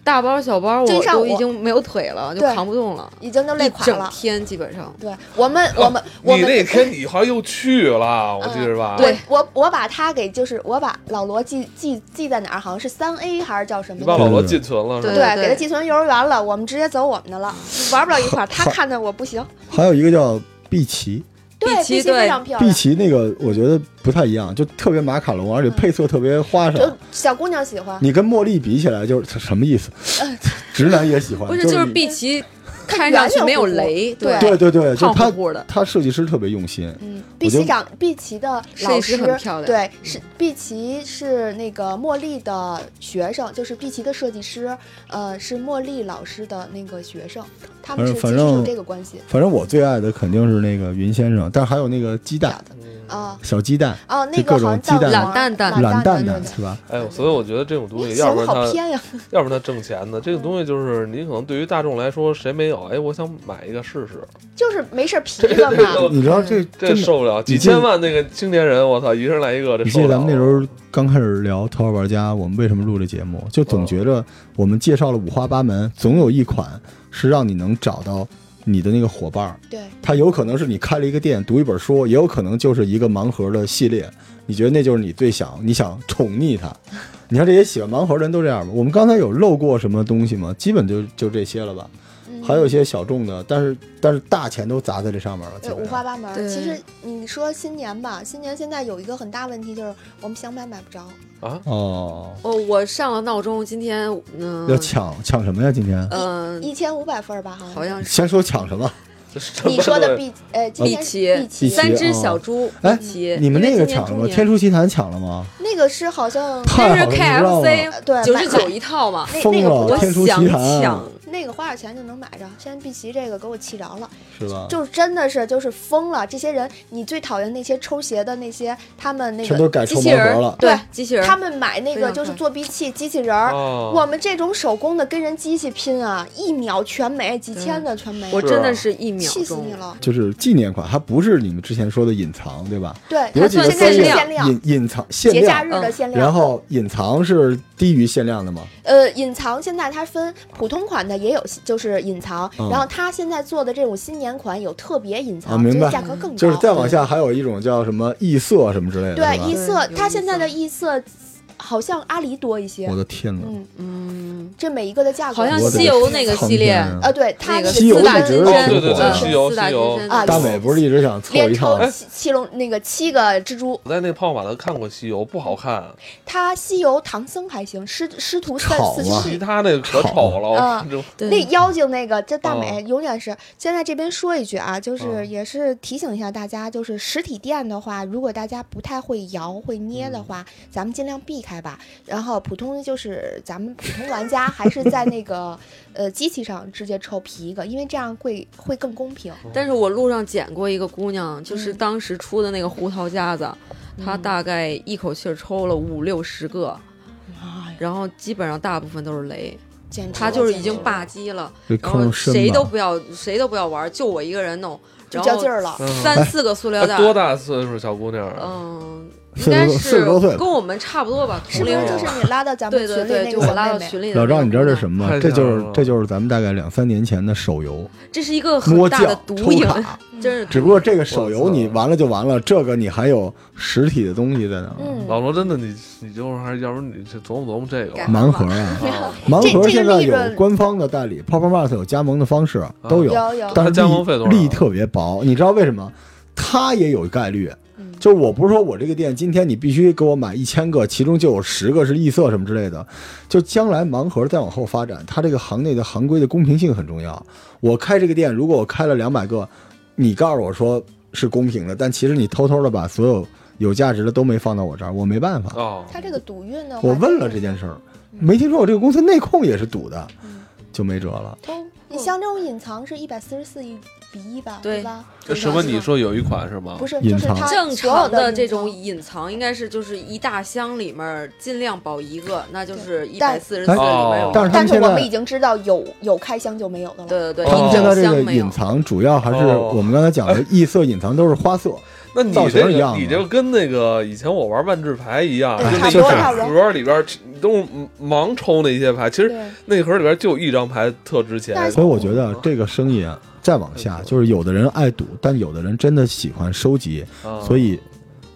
Speaker 5: 大包小包我
Speaker 4: 真上
Speaker 5: 都
Speaker 4: 火
Speaker 5: 已经没有腿了，就
Speaker 4: 对
Speaker 5: 扛不动了，
Speaker 4: 已经都累
Speaker 5: 一
Speaker 4: 垮
Speaker 5: 整
Speaker 4: 了。
Speaker 5: 天基本
Speaker 3: 啊
Speaker 5: 上。
Speaker 4: 对我们，我们，我
Speaker 2: 你
Speaker 4: 们 嗯
Speaker 2: 那天你好像又去了，我记着吧？
Speaker 5: 对
Speaker 4: 我我把他给就是我把老罗记记记在哪儿？好像是三 A 还是叫什
Speaker 2: 你
Speaker 4: 么
Speaker 2: 把
Speaker 4: 的？
Speaker 2: 老罗进群了是吧？
Speaker 5: 对
Speaker 4: 对，给他寄存幼儿园了，我们直接走我们的了，玩不了一块儿。他看的我不行，
Speaker 3: 还有一个叫碧琪，
Speaker 4: 对，
Speaker 5: 碧琪
Speaker 4: 碧琪
Speaker 5: 对
Speaker 4: 非常漂
Speaker 3: 碧
Speaker 4: 亮，
Speaker 3: 琪那个我觉得不太一样，就特别马卡龙，而且配色特别花哨。
Speaker 4: 嗯就小姑娘喜欢。
Speaker 3: 你跟茉莉比起来，就是什么意思？
Speaker 4: 呃
Speaker 3: 直男也喜欢，
Speaker 5: 不是，
Speaker 3: 就
Speaker 5: 就是
Speaker 3: 你
Speaker 5: 碧琪
Speaker 4: 它
Speaker 5: 看上去
Speaker 4: 圆
Speaker 5: 没有
Speaker 4: 乎乎
Speaker 5: 雷，
Speaker 4: 对
Speaker 3: 对对对，就是
Speaker 5: 胖
Speaker 3: 他
Speaker 5: 乎乎的，
Speaker 3: 他设计师特别用心，
Speaker 4: 嗯，碧
Speaker 3: 觉
Speaker 4: 琪
Speaker 3: 得
Speaker 4: 长，碧琪的
Speaker 5: 设计
Speaker 4: 老
Speaker 5: 师
Speaker 4: 师
Speaker 5: 很漂亮嗯
Speaker 4: 对，是碧琪是那个茉莉的学生，就是碧琪的设计师，呃，是茉莉老师的那个学生，他们是
Speaker 3: 反正
Speaker 4: 其
Speaker 3: 反
Speaker 4: 实是有
Speaker 3: 正
Speaker 4: 这个关系
Speaker 3: 反正我最爱的肯定是那个云先生，但还有那个鸡
Speaker 4: 假
Speaker 3: 蛋
Speaker 4: 的
Speaker 2: 嗯
Speaker 4: 啊
Speaker 3: 小鸡蛋，
Speaker 4: 哦，那个
Speaker 3: 就各
Speaker 4: 好像
Speaker 3: 种鸡
Speaker 4: 叫
Speaker 3: 蛋
Speaker 5: 懒蛋蛋
Speaker 4: 懒
Speaker 3: 蓝蛋
Speaker 4: 对
Speaker 3: 蛋
Speaker 4: 对对
Speaker 3: 是吧？
Speaker 2: 哎呦，所以我觉得这种东
Speaker 4: 你
Speaker 2: 西，
Speaker 4: 形
Speaker 2: 要不
Speaker 4: 容
Speaker 2: 然
Speaker 4: 好
Speaker 2: 它，
Speaker 4: 偏呀！
Speaker 2: 要不然它挣钱呢。这个东西就是你可能对于大众来说，谁没有？哎，我想买一个试试，
Speaker 4: 就是没事儿皮着 嘛。
Speaker 3: 你知道这
Speaker 2: 这
Speaker 3: 真的。
Speaker 2: 受不了。
Speaker 3: 你
Speaker 2: 几
Speaker 3: 记得
Speaker 2: 千万那个青年人，我操，一人来一个，这
Speaker 3: 你
Speaker 2: 受
Speaker 3: 记
Speaker 2: 不
Speaker 3: 得
Speaker 2: 了
Speaker 3: 咱们那时候刚开始聊《头号玩家》，我们为什么录这节目？就总觉着我们介绍了五花八门，总有一款是让你能找到你的那个伙伴儿。
Speaker 4: 对，
Speaker 3: 它有可能是你开了一个店读一本书，也有可能就是一个盲盒的系列。你觉得那就是你最想你想宠溺它？你看这些喜欢盲盒的人都这样吧？我们刚才有漏过什么东西吗？基本就就这些了吧。
Speaker 4: 嗯
Speaker 3: 还有一些小众的，但是但是大钱都砸在这上面了。基
Speaker 4: 对呃
Speaker 3: 本
Speaker 4: 五
Speaker 3: 上
Speaker 4: 花八门儿。
Speaker 5: 对
Speaker 4: 其实你说新年吧，新年现在有一个很大问题就是我们想买买不着，
Speaker 2: 啊，
Speaker 3: 哦，
Speaker 5: 哦，我上了闹钟，今天嗯
Speaker 3: 要抢抢什么呀？今天
Speaker 5: 嗯，
Speaker 4: 一千五百份儿吧，好
Speaker 5: 好
Speaker 4: 像。
Speaker 5: 像是
Speaker 3: 先说抢什么？
Speaker 2: 这是
Speaker 4: 你说 的碧呃，今
Speaker 5: 碧
Speaker 4: 天是
Speaker 5: 琪
Speaker 4: 碧琪
Speaker 3: 碧琪
Speaker 5: 三只小猪，
Speaker 3: 哎
Speaker 5: 碧琪，
Speaker 3: 你们
Speaker 5: 因为
Speaker 3: 那个
Speaker 5: 今年
Speaker 3: 抢了
Speaker 5: 猪
Speaker 3: 吗？
Speaker 5: 年
Speaker 3: 天书奇谭抢了吗？
Speaker 4: 那个是好像
Speaker 3: 太
Speaker 5: 但是
Speaker 3: 好了，你知道吗？
Speaker 4: 呃对
Speaker 5: KFC 九
Speaker 4: 买
Speaker 5: 十九一 套嘛，
Speaker 4: 那
Speaker 3: 疯
Speaker 4: 那个不
Speaker 3: 了，
Speaker 5: 我
Speaker 3: 天书
Speaker 5: 想
Speaker 3: 奇谭啊
Speaker 5: 抢，
Speaker 4: 那个花点钱就能买着。现在碧琪这个给我气着了，
Speaker 3: 是吧？
Speaker 4: 就是真的是就是疯了。这些人，你最讨厌那些抽鞋的那些，他们那
Speaker 3: 全都
Speaker 4: 个
Speaker 3: 改
Speaker 5: 机
Speaker 3: 成
Speaker 5: 器
Speaker 3: 盲盒
Speaker 5: 人
Speaker 3: 了，
Speaker 5: 对
Speaker 4: 对
Speaker 5: 机器人，
Speaker 4: 他们买那
Speaker 5: 非
Speaker 4: 个
Speaker 5: 常嗯
Speaker 4: 就是
Speaker 5: 快
Speaker 4: 作弊器、机器人
Speaker 3: 啊
Speaker 4: 儿。
Speaker 2: 哦，
Speaker 4: 我们这种手工的跟人机器拼啊，一秒全没，几千的全没，
Speaker 5: 我
Speaker 2: 是
Speaker 5: 真的是一秒
Speaker 4: 气死
Speaker 5: 钟
Speaker 4: 你。了。
Speaker 3: 就是纪念款，还不是你们之前说的隐藏，对吧？
Speaker 4: 对，
Speaker 3: 有
Speaker 4: 它
Speaker 3: 几个
Speaker 4: 现
Speaker 5: 算
Speaker 4: 在
Speaker 3: 分
Speaker 4: 是
Speaker 5: 限
Speaker 4: 限
Speaker 3: 量，
Speaker 4: 量，
Speaker 3: 隐隐藏限
Speaker 4: 节假
Speaker 3: 量
Speaker 4: 日，
Speaker 5: 嗯
Speaker 4: 的限量。
Speaker 3: 然后隐藏是低于限量的嘛？
Speaker 4: 呃，隐藏现在它分普通款的也有，就是隐藏。
Speaker 3: 嗯
Speaker 4: 然后它现在做的这种新年款有特别隐藏，
Speaker 3: 啊明
Speaker 4: 所以
Speaker 3: 白
Speaker 4: 价格更高。
Speaker 3: 就是再往下还有一种叫什么异色什么之类的，
Speaker 4: 对啊
Speaker 3: 是吧
Speaker 4: 异色，
Speaker 5: 对有
Speaker 4: 它
Speaker 5: 异
Speaker 4: 现在
Speaker 5: 色
Speaker 4: 的异色好像阿狸多一些
Speaker 3: 我。的天呐，
Speaker 4: 嗯，
Speaker 5: 嗯，
Speaker 4: 这每一个的价格
Speaker 5: 好像
Speaker 3: 我的
Speaker 5: 西游那个系列
Speaker 3: 苍天啊
Speaker 4: 呃，对，它
Speaker 5: 那个
Speaker 3: 西游
Speaker 4: 四大
Speaker 3: 一直
Speaker 4: 金
Speaker 3: 是
Speaker 2: 哦，
Speaker 4: 身
Speaker 2: 对对
Speaker 3: 挺火
Speaker 2: 对，
Speaker 3: 的
Speaker 2: 西游
Speaker 5: 四大
Speaker 2: 西
Speaker 5: 金
Speaker 2: 游
Speaker 5: 身，
Speaker 4: 啊
Speaker 3: 大美不是一直想
Speaker 4: 嗯
Speaker 3: 凑
Speaker 4: 连
Speaker 3: 一套
Speaker 4: 抽七七龙那个七个蜘蛛，
Speaker 2: 我在那胖马他看过西游，不好看，
Speaker 4: 它西游唐僧还行，师师徒三
Speaker 3: 吵
Speaker 4: 四
Speaker 3: 啊
Speaker 2: 其
Speaker 4: 世。
Speaker 2: 他那个可丑了，我
Speaker 4: 啊
Speaker 2: 这
Speaker 5: 对
Speaker 4: 那妖精那个，这大美
Speaker 2: 哦
Speaker 4: 永远是。现在这边说一句啊，就是
Speaker 3: 哦
Speaker 2: 嗯
Speaker 4: 也是提醒一下大家，就是实体店的话，如果大家不太会摇会捏的话，
Speaker 3: 嗯
Speaker 4: 咱们尽量避开吧。然后普通就是咱们普通玩家还是在那 个呃机器上直接抽皮一个，因为这样会会更公平。
Speaker 5: 但是我路上捡过一个姑娘，就是
Speaker 4: 嗯
Speaker 5: 当时出的那个胡桃夹子，她大概一口气儿抽了五六十个，
Speaker 4: 哎呀，
Speaker 5: 然后基本上大部分都是雷，
Speaker 4: 简直
Speaker 5: 她
Speaker 4: 了
Speaker 5: 就是
Speaker 4: 简
Speaker 5: 已
Speaker 4: 直
Speaker 5: 经
Speaker 4: 了
Speaker 5: 霸机了，
Speaker 3: 这
Speaker 5: 然
Speaker 3: 坑
Speaker 5: 后
Speaker 3: 深
Speaker 5: 谁
Speaker 3: 吧
Speaker 5: 都不要谁都不要玩，就我一个人弄，
Speaker 4: 就
Speaker 5: 然
Speaker 4: 较劲
Speaker 5: 后
Speaker 4: 儿了。
Speaker 2: 嗯
Speaker 5: 三四个塑料袋
Speaker 2: 哎，多大岁数小姑娘？啊
Speaker 5: 嗯，
Speaker 3: 四
Speaker 5: 应
Speaker 3: 十
Speaker 5: 该
Speaker 3: 多四
Speaker 5: 是
Speaker 3: 十多岁吧
Speaker 5: 跟我们差不多吧，
Speaker 4: 是
Speaker 5: 同
Speaker 4: 不
Speaker 5: 龄
Speaker 4: 是就
Speaker 5: 人
Speaker 4: 是你拉到咱们
Speaker 5: 对
Speaker 4: 群
Speaker 5: 对
Speaker 4: 里
Speaker 5: 对，
Speaker 4: 那
Speaker 5: 就
Speaker 4: 个
Speaker 5: 我
Speaker 4: 小
Speaker 5: 拉到
Speaker 4: 妹妹？
Speaker 5: 群里的那
Speaker 3: 老
Speaker 5: 个
Speaker 3: 赵，你知道
Speaker 5: 姑
Speaker 3: 这
Speaker 5: 娘
Speaker 3: 是什么吗
Speaker 2: 太？
Speaker 3: 这就
Speaker 2: 吓人
Speaker 3: 是
Speaker 2: 了
Speaker 3: 这就是咱们大概两三年前的手游
Speaker 5: 这是一个很
Speaker 3: 摸
Speaker 5: 大
Speaker 3: 将
Speaker 5: 的毒
Speaker 3: 抽
Speaker 5: 瘾，
Speaker 3: 卡，
Speaker 5: 真 是
Speaker 3: 只不过这个手游
Speaker 2: 我操
Speaker 3: 你完了就完了，这个你还有实体的东西在那儿，
Speaker 4: 嗯，
Speaker 2: 老罗真的你你就是还是要不然你这琢磨琢磨这个吧
Speaker 5: 改。
Speaker 3: 盲盒啊，
Speaker 2: 啊
Speaker 3: 盲
Speaker 4: 这
Speaker 3: 盒
Speaker 4: 这个
Speaker 3: 现在
Speaker 4: 利
Speaker 3: 有
Speaker 4: 润
Speaker 3: 官方的代理，Pop Mart 有加盟的方式都有，
Speaker 4: 有有
Speaker 3: 但
Speaker 2: 它
Speaker 3: 是
Speaker 2: 加
Speaker 3: 利
Speaker 2: 盟费多少啊
Speaker 3: 利特别薄，你知道为什么？它也有概率，
Speaker 4: 嗯
Speaker 3: 就是我不是说我这个店今天你必须给我买一千个，其中就有十个是异色什么之类的。就将来盲盒再往后发展，它这个行内的行规的公平性很重要。我开这个店，如果我开了两百个，你告诉我说是公平的，但其实你偷偷的把所有有价值的都没放到我这儿，我没办法。
Speaker 2: 哦，
Speaker 4: 他这个赌运的话，
Speaker 3: 我问了这件事儿，没听说我这个公司内控也是赌的，就没辙了。
Speaker 4: 你像这种隐藏是一百四十四亿鼻翼吧，
Speaker 5: 对
Speaker 4: 吧？
Speaker 2: 这什么？你说有一款是吗？
Speaker 4: 不是，
Speaker 3: 隐
Speaker 4: 就是
Speaker 3: 藏
Speaker 4: 它
Speaker 5: 正
Speaker 4: 啊所有
Speaker 5: 常
Speaker 4: 的
Speaker 5: 这
Speaker 4: 隐藏
Speaker 5: 种隐藏应该是就是一大箱里面尽量保一个，那就是一百
Speaker 4: 但
Speaker 5: 四十四
Speaker 3: 但
Speaker 5: 里面有
Speaker 2: 哦
Speaker 5: 一
Speaker 3: 但
Speaker 5: 个。
Speaker 3: 是他
Speaker 4: 但
Speaker 3: 们
Speaker 4: 是
Speaker 3: 现
Speaker 4: 我们
Speaker 3: 在
Speaker 4: 已。经知道有有开箱就没有的了。
Speaker 5: 对对对，
Speaker 3: 他们
Speaker 5: 一
Speaker 3: 现在这
Speaker 4: 哦
Speaker 5: 箱
Speaker 3: 个
Speaker 5: 没有
Speaker 3: 隐藏主要还是
Speaker 2: 哦
Speaker 3: 我们刚才讲的异色隐藏都是花色，
Speaker 2: 那你
Speaker 3: 造型
Speaker 2: 这
Speaker 3: 一样啊
Speaker 2: 个
Speaker 3: 吗
Speaker 2: 你这跟那个以前我玩万智牌一样，
Speaker 4: 哎
Speaker 2: 就
Speaker 4: 差不多差
Speaker 2: 那一
Speaker 4: 不多
Speaker 2: 盒里边儿你都是盲抽那些牌，其实
Speaker 4: 对
Speaker 2: 那盒里边就一张牌特值钱。啊
Speaker 4: 但是
Speaker 3: 所以我觉得这个生意啊，再往下就是有的人爱赌，但有的人真的喜欢收集，
Speaker 2: 啊
Speaker 3: 所以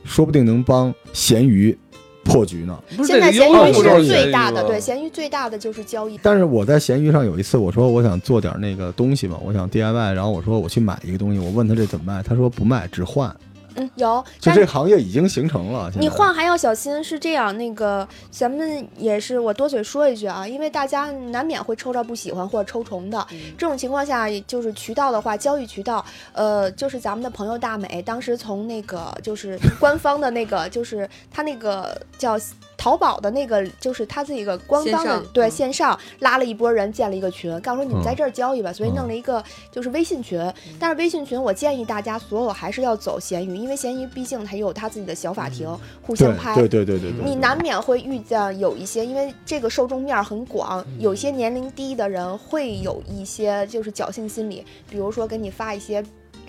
Speaker 3: 说不定能帮咸鱼破局呢。
Speaker 2: 不是
Speaker 4: 现在
Speaker 2: 这个
Speaker 4: 闲
Speaker 2: 优
Speaker 4: 鱼
Speaker 2: 惠就是是
Speaker 4: 最大的，
Speaker 2: 闲鱼
Speaker 4: 对，
Speaker 2: 吗
Speaker 4: 闲鱼最大的就是交易。
Speaker 3: 但是我在闲鱼上有一次，我说我想做点那个东西嘛，我想 DIY，然后我说我去买一个东西，我问他这怎么卖，他说不卖，只换。
Speaker 4: 嗯，有，
Speaker 3: 就
Speaker 4: 但
Speaker 3: 这行业已经形成了。现在
Speaker 4: 你换还要小心，是这样，那个咱们也是，我多嘴说一句啊，因为大家难免会抽到不喜欢或者抽重的。
Speaker 5: 嗯
Speaker 4: 这种情况下，就是渠道的话，交易渠道，呃，就是咱们的朋友大美，当时从那个就是官方的那个，就是他那个叫淘宝的那个，就是他自己个官方
Speaker 5: 线
Speaker 4: 的
Speaker 5: 上
Speaker 4: 对
Speaker 5: 嗯
Speaker 4: 线上拉了一波人，建了一个群，告诉说你们
Speaker 3: 嗯
Speaker 4: 在这儿交易吧，所以弄了一个就是微信群。
Speaker 5: 嗯
Speaker 4: 但是微信群，我建议大家所有还是要走闲鱼，因为闲鱼毕竟它有它自己的小法庭，互相拍。
Speaker 3: 嗯对对对对对对，
Speaker 4: 你难免会遇见有一些，因为这个受众面儿很广，
Speaker 3: 嗯
Speaker 4: 有一些年龄低的人会有一些就是侥幸心理，比如说给你发一些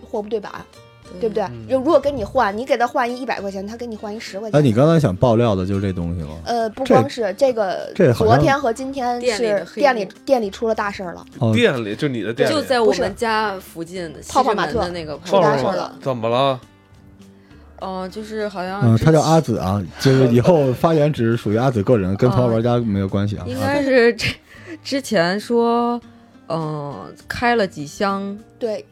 Speaker 4: 货不对版，对不对？
Speaker 2: 嗯
Speaker 4: 如果跟你换，你给他换一一百块钱，他给你换一十块钱。
Speaker 3: 哎，你刚才想爆料的就是这东西吗？
Speaker 4: 呃，不
Speaker 3: 这
Speaker 4: 光是这个，
Speaker 3: 这好像
Speaker 4: 昨天和今天
Speaker 5: 店里
Speaker 4: 是
Speaker 5: 的黑
Speaker 4: 店里
Speaker 5: 幕
Speaker 4: 店里出了大事儿了。
Speaker 3: 哦，
Speaker 2: 嗯店里就你的店里
Speaker 5: 就在我
Speaker 4: 不是
Speaker 5: 们家附近的西
Speaker 4: 泡泡
Speaker 5: 直
Speaker 4: 玛
Speaker 5: 门
Speaker 4: 特
Speaker 5: 的那个泡
Speaker 4: 出
Speaker 2: 泡
Speaker 5: 泡
Speaker 4: 大
Speaker 5: 玛
Speaker 4: 事
Speaker 5: 特
Speaker 4: 儿
Speaker 2: 玛
Speaker 4: 了。
Speaker 2: 怎么了？
Speaker 5: 嗯、就是好像
Speaker 3: 嗯，
Speaker 5: 是
Speaker 3: 他叫阿紫啊，就是以后发言只是属于阿紫个人，跟曹玩家没有关系啊。
Speaker 5: 应该是这之前说，嗯、开了几箱，
Speaker 4: 对，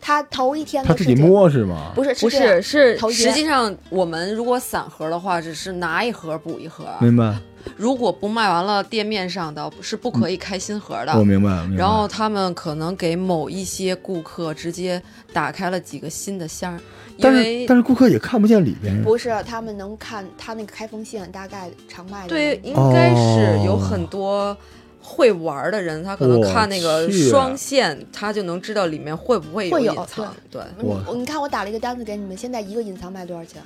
Speaker 4: 他头一天
Speaker 3: 他
Speaker 4: 的
Speaker 3: 自
Speaker 4: 事
Speaker 3: 己
Speaker 4: 情，
Speaker 3: 摸是吗？
Speaker 4: 不是
Speaker 5: 不
Speaker 4: 是这样
Speaker 5: 是是
Speaker 4: 头一
Speaker 5: 实
Speaker 4: 天
Speaker 5: 际上我们如果散盒的话，只是拿一盒补一盒，
Speaker 3: 明白，
Speaker 5: 如果不卖完了，店面上的是不可以开新盒的。
Speaker 3: 嗯我明白了。明白
Speaker 5: 然后他们可能给某一些顾客直接打开了几个新的箱儿，因
Speaker 3: 但是
Speaker 5: 为
Speaker 3: 但是顾客也看不见里边，
Speaker 4: 不是他们能看他那个开封线大概常卖的
Speaker 5: 对，
Speaker 4: 那
Speaker 5: 应
Speaker 4: 个
Speaker 3: 哦
Speaker 5: 该是有很多会玩儿的人，他可能
Speaker 3: 我
Speaker 5: 看那个
Speaker 3: 去
Speaker 5: 双线，他就能知道里面会不会
Speaker 4: 会有
Speaker 5: 隐藏。对，
Speaker 4: 你
Speaker 3: 我
Speaker 4: 我你看我打了一个单子给你们，现在一个隐藏卖多少钱？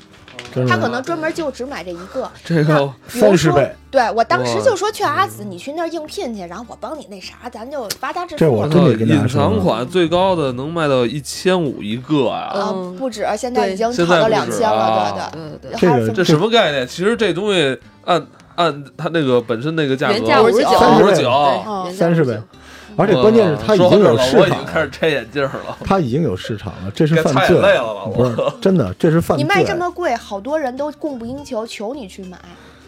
Speaker 3: 真是
Speaker 4: 他可能专门就只买这一个。
Speaker 2: 这个
Speaker 4: 比如
Speaker 3: 三十
Speaker 4: 说
Speaker 3: 倍。
Speaker 4: 对我当时
Speaker 2: 哇
Speaker 4: 就说劝阿紫，你去那儿应聘去，然后我帮你那啥，咱就发家致
Speaker 3: 这
Speaker 4: 富
Speaker 3: 我
Speaker 4: 了
Speaker 3: 知道真得跟大家
Speaker 2: 隐
Speaker 3: 说
Speaker 2: 藏款最高的能卖到一千五一个
Speaker 3: 呃
Speaker 2: 啊！
Speaker 4: 啊
Speaker 5: 嗯，
Speaker 4: 不止，现在
Speaker 5: 对
Speaker 4: 已经
Speaker 2: 现
Speaker 4: 炒
Speaker 2: 在
Speaker 4: 到
Speaker 2: 不
Speaker 4: 两
Speaker 2: 止
Speaker 4: 千了，
Speaker 2: 啊
Speaker 4: 对
Speaker 5: 对对对
Speaker 4: 对，
Speaker 3: 这
Speaker 4: 还有
Speaker 3: 个
Speaker 4: 分
Speaker 2: 这什么概念？其实这东西按按它那个本身那个价格，
Speaker 5: 原价
Speaker 4: 59
Speaker 2: 五十
Speaker 3: 对
Speaker 2: 九，
Speaker 4: 哦
Speaker 5: 对，
Speaker 3: 三十呗，而且
Speaker 2: 哇
Speaker 3: 关键是他已经
Speaker 2: 说到
Speaker 3: 有
Speaker 2: 这儿
Speaker 3: 市
Speaker 2: 了我已
Speaker 3: 场
Speaker 2: 经开始
Speaker 3: 了，
Speaker 2: 摘眼镜了，
Speaker 3: 他已经有市场了，这 是
Speaker 2: 该
Speaker 3: 犯
Speaker 2: 擦眼
Speaker 3: 罪
Speaker 2: 泪。了吧？
Speaker 3: 不
Speaker 2: 我
Speaker 3: 是真的，这是犯
Speaker 4: 你
Speaker 3: 罪。
Speaker 4: 卖这么贵，好多人都供不应求，求你去买，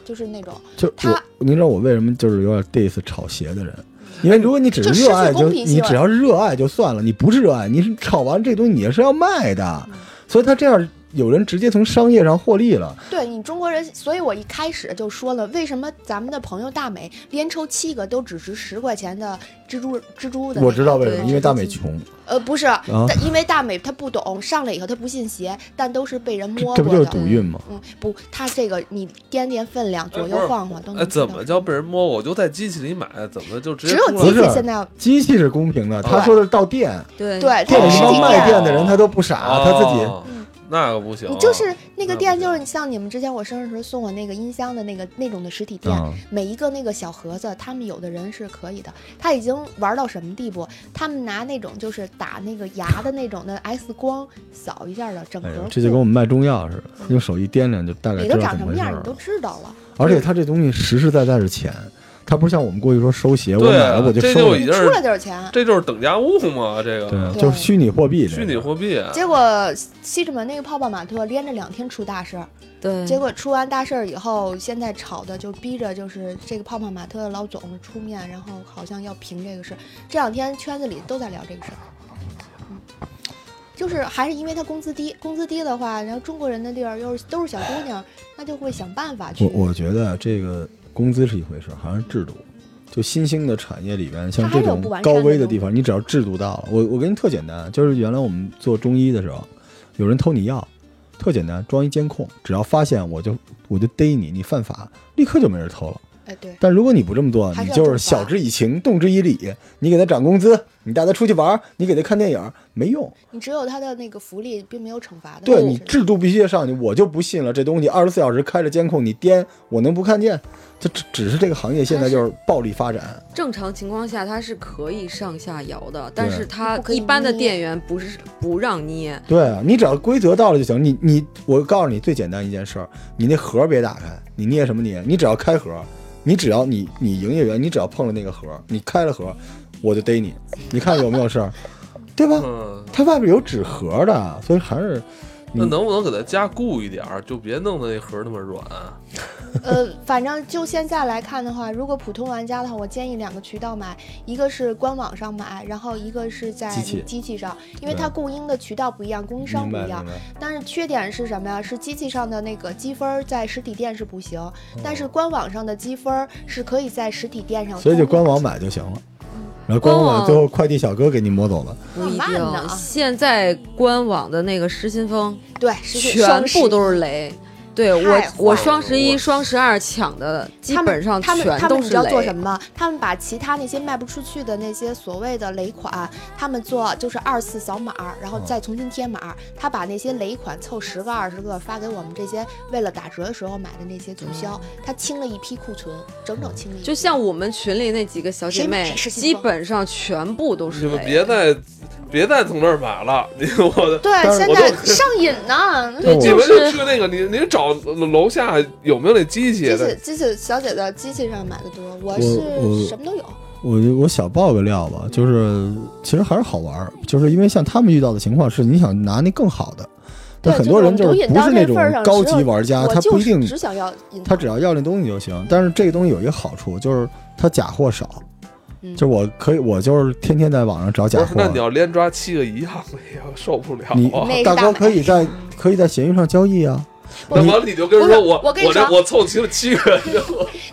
Speaker 4: 就是那种
Speaker 3: 就
Speaker 4: 他
Speaker 3: 我，您知道我为什么就是有点 diss 炒鞋的人，因为
Speaker 4: 嗯
Speaker 3: 如果你只
Speaker 4: 就是失
Speaker 3: 热
Speaker 4: 去
Speaker 3: 爱，
Speaker 4: 公
Speaker 3: 就
Speaker 4: 平性啊
Speaker 3: 你只要是热爱就算了，你不是热爱，你是炒完这东西你也是要卖的，
Speaker 4: 嗯
Speaker 3: 所以他这样有人直接从商业上获利了，
Speaker 4: 对你中国人，所以我一开始就说了，为什么咱们的朋友大美连抽七个都只值十块钱的蜘蛛蜘蛛的那个？
Speaker 3: 我知道为什么，
Speaker 5: 对
Speaker 3: 因为大美穷，
Speaker 4: 呃，不是，
Speaker 3: 啊
Speaker 4: 但因为大美她不懂，上来以后她不信邪，但都是被人
Speaker 3: 这
Speaker 4: 摸
Speaker 3: 这不就
Speaker 4: 过
Speaker 3: 是
Speaker 4: 的。
Speaker 3: 赌运吗？
Speaker 4: 嗯，不，他这个你掂掂分量，左右
Speaker 2: 不是
Speaker 4: 晃晃都能
Speaker 3: 呃
Speaker 2: 哎，
Speaker 4: 知道。
Speaker 2: 怎么叫被人摸？我就在机器里买，怎么就直接
Speaker 4: 只有
Speaker 2: 出
Speaker 4: 机
Speaker 2: 来
Speaker 3: 不
Speaker 4: 器
Speaker 3: 是
Speaker 4: 现在
Speaker 3: 机器是公平的，
Speaker 2: 对
Speaker 3: 他说的是到店，
Speaker 5: 对
Speaker 4: 对
Speaker 3: 店
Speaker 4: 它
Speaker 3: 里
Speaker 4: 是
Speaker 3: 一
Speaker 4: 实
Speaker 3: 帮
Speaker 4: 体
Speaker 3: 卖
Speaker 4: 店，
Speaker 3: 店的人他都不傻，他自己
Speaker 2: 哦那个不行，
Speaker 4: 嗯你就是那个店，就
Speaker 2: 那不
Speaker 4: 是像你们之前我生日时候送我那个音箱的那个那种的实体店，
Speaker 3: 啊
Speaker 4: 每一个那个小盒子，他们有的人是可以的。他已经玩到什么地步？他们拿那种就是打那个牙的那种的 X 光扫一下的整
Speaker 3: 哎
Speaker 4: 盒
Speaker 3: 呦
Speaker 4: 货，，
Speaker 3: 这就跟我们卖中药似的，用手一掂量就大概
Speaker 4: 里
Speaker 3: 知
Speaker 4: 头
Speaker 3: 道
Speaker 4: 长
Speaker 3: 怎
Speaker 4: 什
Speaker 3: 么回
Speaker 4: 么
Speaker 3: 事
Speaker 4: 样
Speaker 3: 儿
Speaker 4: 你
Speaker 3: 了
Speaker 4: 都。知道了。
Speaker 3: 而且它这东西实实在在是钱，它不是像我们过去说收鞋，我
Speaker 2: 对啊
Speaker 3: 买了我就
Speaker 2: 这
Speaker 3: 收
Speaker 2: 就
Speaker 3: 了
Speaker 2: 已，
Speaker 4: 你
Speaker 2: 经
Speaker 4: 出
Speaker 2: 是
Speaker 4: 来就是钱。啊
Speaker 2: 这就是等价物嘛？这个
Speaker 3: 对，就是啊虚拟货币这个，
Speaker 2: 虚拟货币，啊
Speaker 4: 结果西直门那个泡泡玛特连着两天出大事儿，
Speaker 5: 对，
Speaker 4: 结果出完大事儿以后，现在炒的就逼着就是这个泡泡玛特的老总出面，然后好像要评这个事儿。这两天圈子里都在聊这个事儿，嗯，就是还是因为他工资低，工资低的话，然后中国人的地儿又是都是小姑娘，那就会想办法去
Speaker 3: 我。我觉得这个工资是一回事，好像是制度。就新兴的产业里边，像
Speaker 4: 它还
Speaker 3: 这
Speaker 4: 有
Speaker 3: 种
Speaker 4: 不完善
Speaker 3: 高
Speaker 4: 的
Speaker 3: 危的
Speaker 4: 东
Speaker 3: 地方，你只要制度到了，我我给你特简单，就是原来我们做中医的时候，有人偷你药，特简单，装一监控，只要发现我就我就逮你，你犯法，立刻就没人偷了。
Speaker 4: 哎，对，
Speaker 3: 但如果你不这么做，
Speaker 4: 还是
Speaker 3: 你
Speaker 4: 要
Speaker 3: 就
Speaker 4: 重
Speaker 3: 是晓
Speaker 4: 罚
Speaker 3: 之以情，动之以理。你给他涨工资，你带他出去玩儿，你给他看电影儿，没用。
Speaker 4: 你只有他的那个福利，并没有惩罚的。
Speaker 3: 对
Speaker 4: 是
Speaker 3: 你制度必须得上去，我就不信了，这东西二十四小时开着监控，你颠我能不看见？这只只是这个行业现在就是暴力发展，
Speaker 5: 正常情况下它是可以上下摇的，但
Speaker 3: 对
Speaker 5: 是它
Speaker 4: 不可以
Speaker 5: 一般的
Speaker 4: 捏
Speaker 5: 店员不是不让捏，
Speaker 3: 对啊，你只要规则到了就行。你你，我告诉你最简单一件事儿，你那盒儿别打开，你捏什么捏？你只要开盒儿，你只要你你营业员，你只要碰了那个盒儿，你开了盒儿，我就逮你，你看有没有事儿，对吧？
Speaker 2: 嗯，
Speaker 3: 它外边有纸盒的，所以还是
Speaker 2: 那能不能给它加固一点儿，就别弄得那盒儿那么软？
Speaker 4: 呃，反正就现在来看的话，如果普通玩家的话，我建议两个渠道买，一个是官网上买，然后一个是在
Speaker 3: 机器
Speaker 4: 机器上，因为
Speaker 3: 对
Speaker 4: 它供应的渠道不一样，供应商
Speaker 3: 明
Speaker 4: 不
Speaker 3: 白
Speaker 4: 一
Speaker 3: 明
Speaker 4: 样。
Speaker 3: 白。
Speaker 4: 但是缺点是什么呀？是机器上的那个积分儿在实体店是不
Speaker 3: 哦
Speaker 4: 行，但是官网上的积分儿是可以在实体店上通
Speaker 3: 所
Speaker 4: 用
Speaker 3: 以
Speaker 4: 的。
Speaker 3: 就官网买就行了。然后官
Speaker 5: 官
Speaker 3: 网
Speaker 5: 网
Speaker 3: 最后快递小哥给你摸走了，
Speaker 5: 不一
Speaker 4: 慢呢
Speaker 5: 定。现在官网的那个失心疯
Speaker 4: 对，实体
Speaker 5: 全
Speaker 4: 双十
Speaker 5: 部都是雷。对
Speaker 4: 太
Speaker 5: 我
Speaker 4: 坏，
Speaker 5: 我
Speaker 4: 了
Speaker 5: 双十一、
Speaker 2: 我
Speaker 5: 双十二抢的基
Speaker 4: 他们
Speaker 5: 本上
Speaker 4: 他们
Speaker 5: 全
Speaker 4: 他
Speaker 5: 都
Speaker 4: 们你
Speaker 5: 是
Speaker 4: 知道做
Speaker 5: 雷
Speaker 4: 什。么吗？他们把其他那些卖不出去的那些所谓的雷款，他们做就是二次扫码，然
Speaker 3: 嗯
Speaker 4: 后再重新贴码。他把那些雷款凑十个、二十个发给我们这些为了打折的时候买的那些促销，
Speaker 3: 嗯
Speaker 4: 他清了一批库存，整整清了一批。
Speaker 5: 就像我们群里那几个小姐
Speaker 4: 谁买
Speaker 5: 妹，
Speaker 4: 谁失心
Speaker 5: 基
Speaker 4: 疯
Speaker 5: 本上全部都是
Speaker 2: 你
Speaker 4: 哎
Speaker 5: 雷。
Speaker 2: 们别再别再从这儿买了，你我的。
Speaker 4: 对，
Speaker 3: 但是
Speaker 4: 现
Speaker 2: 我
Speaker 4: 在
Speaker 2: 都
Speaker 4: 上瘾呢。
Speaker 5: 对，
Speaker 3: 我
Speaker 2: 你
Speaker 5: 就
Speaker 2: 们就是去那个，你你找楼下有没有那机器
Speaker 4: 机
Speaker 2: 的
Speaker 4: 器机器小姐的机器上买的多，我
Speaker 3: 我我
Speaker 4: 是什么都有。
Speaker 3: 我就我小爆个料吧，就是其实还是好玩儿，就是因为像他们遇到的情况是，你想拿那更好的，但
Speaker 4: 对
Speaker 3: 很
Speaker 4: 就
Speaker 3: 多
Speaker 4: 是
Speaker 3: 人
Speaker 4: 我
Speaker 3: 就
Speaker 4: 们
Speaker 3: 是
Speaker 4: 都引
Speaker 3: 不
Speaker 4: 到
Speaker 3: 是
Speaker 4: 这
Speaker 3: 那种
Speaker 4: 份儿上
Speaker 3: 高
Speaker 4: 只
Speaker 3: 级
Speaker 4: 有
Speaker 3: 玩家，
Speaker 4: 我
Speaker 3: 他
Speaker 4: 就
Speaker 3: 不一
Speaker 4: 是
Speaker 3: 定
Speaker 4: 只想要隐
Speaker 3: 他
Speaker 4: 藏
Speaker 3: 只要要那东西就行。但是这个东西有一个好处，就是它假货少，
Speaker 5: 嗯
Speaker 3: 就是我可以我就是天天在网上找假
Speaker 2: 不
Speaker 3: 货
Speaker 2: 是，，那你要连抓七个一样的，哎呀，受不了
Speaker 3: 你
Speaker 2: 啊！
Speaker 4: 那是
Speaker 3: 大
Speaker 4: 大
Speaker 3: 哥
Speaker 4: 买
Speaker 3: 可以在可以在闲鱼上交易啊，
Speaker 4: 不
Speaker 2: 那
Speaker 4: 是
Speaker 2: 完了你就跟人说
Speaker 4: 不是
Speaker 2: 我
Speaker 4: 我跟你
Speaker 2: 这
Speaker 4: 说
Speaker 2: 我凑齐了七个，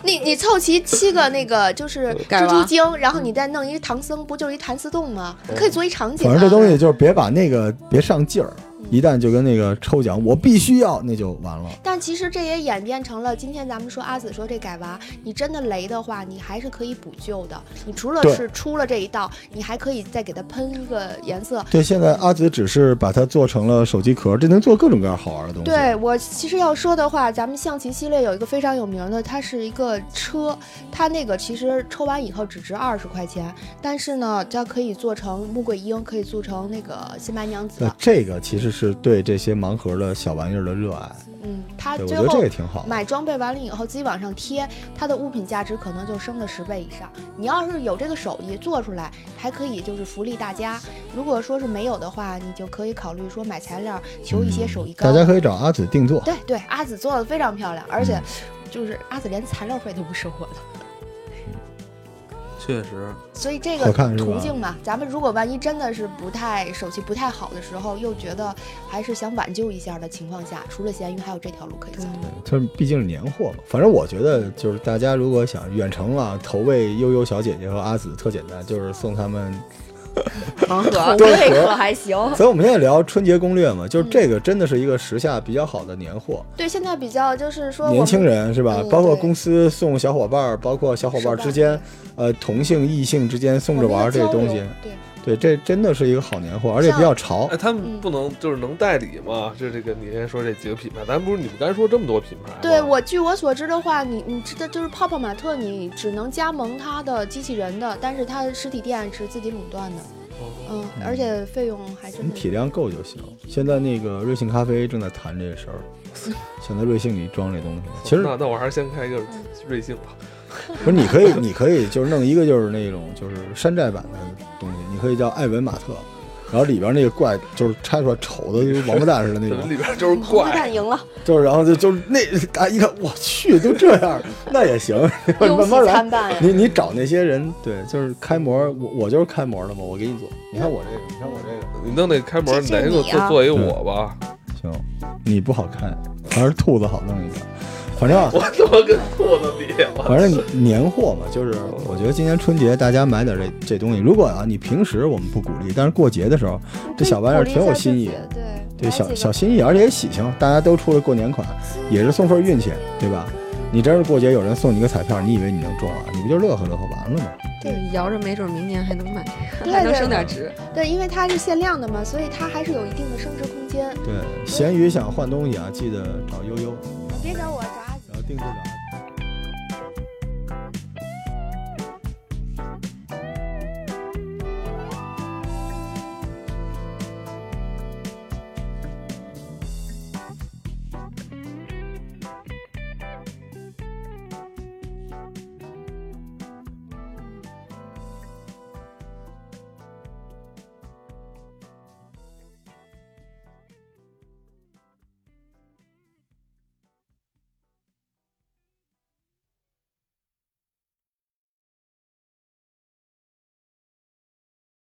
Speaker 4: 你你凑齐七个那个就是
Speaker 3: 嗯
Speaker 5: 盖
Speaker 4: 蜘蛛
Speaker 5: 娃
Speaker 4: 精，然后你再弄一唐僧，不就是一谭四洞吗？你可以做一场景、
Speaker 3: 嗯反
Speaker 4: 啊。
Speaker 3: 正这东西就是别把那个别上劲儿，
Speaker 4: 嗯
Speaker 3: 一旦就跟那个抽奖我必须要，那就完了。
Speaker 4: 但其实这也演变成了今天咱们说阿紫说这改娃，你真的雷的话，你还是可以补救的。你除了
Speaker 3: 对
Speaker 4: 是出了这一道，你还可以再给它喷一个颜色。
Speaker 3: 对，现在阿紫只是把它做成了手机壳，这能做各种各样好玩的东西。
Speaker 4: 对我其实要说的话，咱们象棋系列有一个非常有名的，它是一个车，它那个其实抽完以后只值二十块钱，但是呢，它可以做成穆桂英，可以做成那个新白娘子
Speaker 3: 那，这个其实是对这些盲盒的小玩意儿的热爱，
Speaker 4: 嗯，它
Speaker 3: 对我
Speaker 4: 最
Speaker 3: 觉得这
Speaker 4: 后
Speaker 3: 个挺好。
Speaker 4: 买装备完了以后，自己往上贴，它的物品价值可能就升了十倍以上。你要是有这个手艺做出来，还可以就是福利大家。如果说是没有的话，你就可以考虑说买材料，求一些手艺高。
Speaker 3: 嗯大家可以找阿紫定做。
Speaker 4: 对对，阿紫做的非常漂亮，而且
Speaker 3: 嗯
Speaker 4: 就是阿紫连材料费都不收我的，
Speaker 2: 确实，
Speaker 4: 所以这
Speaker 3: 好
Speaker 4: 个
Speaker 3: 看是吧
Speaker 4: 途径嘛，咱们如果万一真的是不太手气不太好的时候，又觉得还是想挽救一下的情况下，除了咸鱼还有这条路可以走。
Speaker 3: 它毕竟是年货嘛，反正我觉得就是大家如果想远程啊投喂悠悠小姐姐和阿紫特简单，就是送他们。
Speaker 4: 嗯
Speaker 5: 盲盒
Speaker 3: 对对可
Speaker 5: 还行。
Speaker 3: 所以我们现在聊春节攻略嘛，
Speaker 4: 嗯
Speaker 3: 就是这个真的是一个时下比较好的年货，
Speaker 4: 对，现在比较就是说我
Speaker 3: 年
Speaker 4: 们
Speaker 3: 轻人是吧
Speaker 4: 嗯？
Speaker 3: 包括
Speaker 4: 对
Speaker 3: 公司送小伙伴儿，包括小伙伴儿之间
Speaker 4: 是吧，
Speaker 3: 呃，同性异性之间送着
Speaker 4: 我们
Speaker 3: 玩儿
Speaker 4: 要
Speaker 3: 这
Speaker 4: 交
Speaker 3: 东西
Speaker 4: 流，对。
Speaker 3: 对，这真的是一个好年货，而且比较潮
Speaker 2: 哎，。他们
Speaker 4: 嗯
Speaker 2: 不能就是能代理吗？就这个你先说这几个品牌，咱不是你们刚才说这么多品牌吗？
Speaker 4: 对我，据我所知的话，你你知道就是泡泡玛特，你只能加盟它的机器人的，但是它的实体店是自己垄断的，
Speaker 2: 哦
Speaker 4: 嗯，而且费用还真
Speaker 3: 你
Speaker 4: 的
Speaker 3: 体量够就行。现在那个瑞幸咖啡正在谈这个事儿，想在瑞幸里装这东西。
Speaker 4: 哦
Speaker 3: 其实
Speaker 2: 那那我还是先开一个
Speaker 4: 嗯
Speaker 2: 瑞幸吧。
Speaker 3: 不是，你可以，你可以就是弄一个就是那种就是山寨版的东西，你可以叫艾文马特，然后里边那个怪就是拆出来丑的跟王八蛋似的那
Speaker 2: 这
Speaker 3: 种，
Speaker 2: 里边就是
Speaker 4: 红
Speaker 2: 怪，
Speaker 4: 蛋赢 了，
Speaker 3: 就是然后就就是那啊一看我去都这样，那也 行，
Speaker 4: 忧
Speaker 3: 慢慢
Speaker 4: 喜
Speaker 3: 来。
Speaker 4: 参 半呀。
Speaker 3: 你你找那些人，对，就是开模，我我就是开模的嘛，我给你做。你看我这个，你看我这个，
Speaker 2: 你弄那开模，
Speaker 4: 这
Speaker 2: 你
Speaker 4: 这
Speaker 2: 来给我
Speaker 4: 你
Speaker 2: 做
Speaker 4: 啊
Speaker 2: 做一我吧。
Speaker 3: 行，你不好看，还是兔子好弄一点。反正啊，
Speaker 2: 我他妈跟兔子比，我
Speaker 3: 反正年货嘛，就是我觉得今年春节大家买点这这东西。如果啊，你平时我们不鼓励，但是过节的时候，这小玩意儿挺有新意，
Speaker 4: 对
Speaker 3: 对小小
Speaker 4: 小
Speaker 3: 心意，而且也喜庆。大家都出了过年款，也是送份运气，对吧？你真是过节有人送你个彩票，你以为你能中啊？你不就乐呵乐呵完了吗？
Speaker 4: 对
Speaker 5: 摇着没准明年还能买，
Speaker 4: 对
Speaker 5: 还能
Speaker 4: 对
Speaker 5: 升点值。
Speaker 4: 对，因为它是限量的嘛，所以它还是有一定的升值空间。
Speaker 3: 对，闲鱼想换东西啊，记得找悠悠，
Speaker 4: 别找我，找阿紫
Speaker 3: 然后定制找。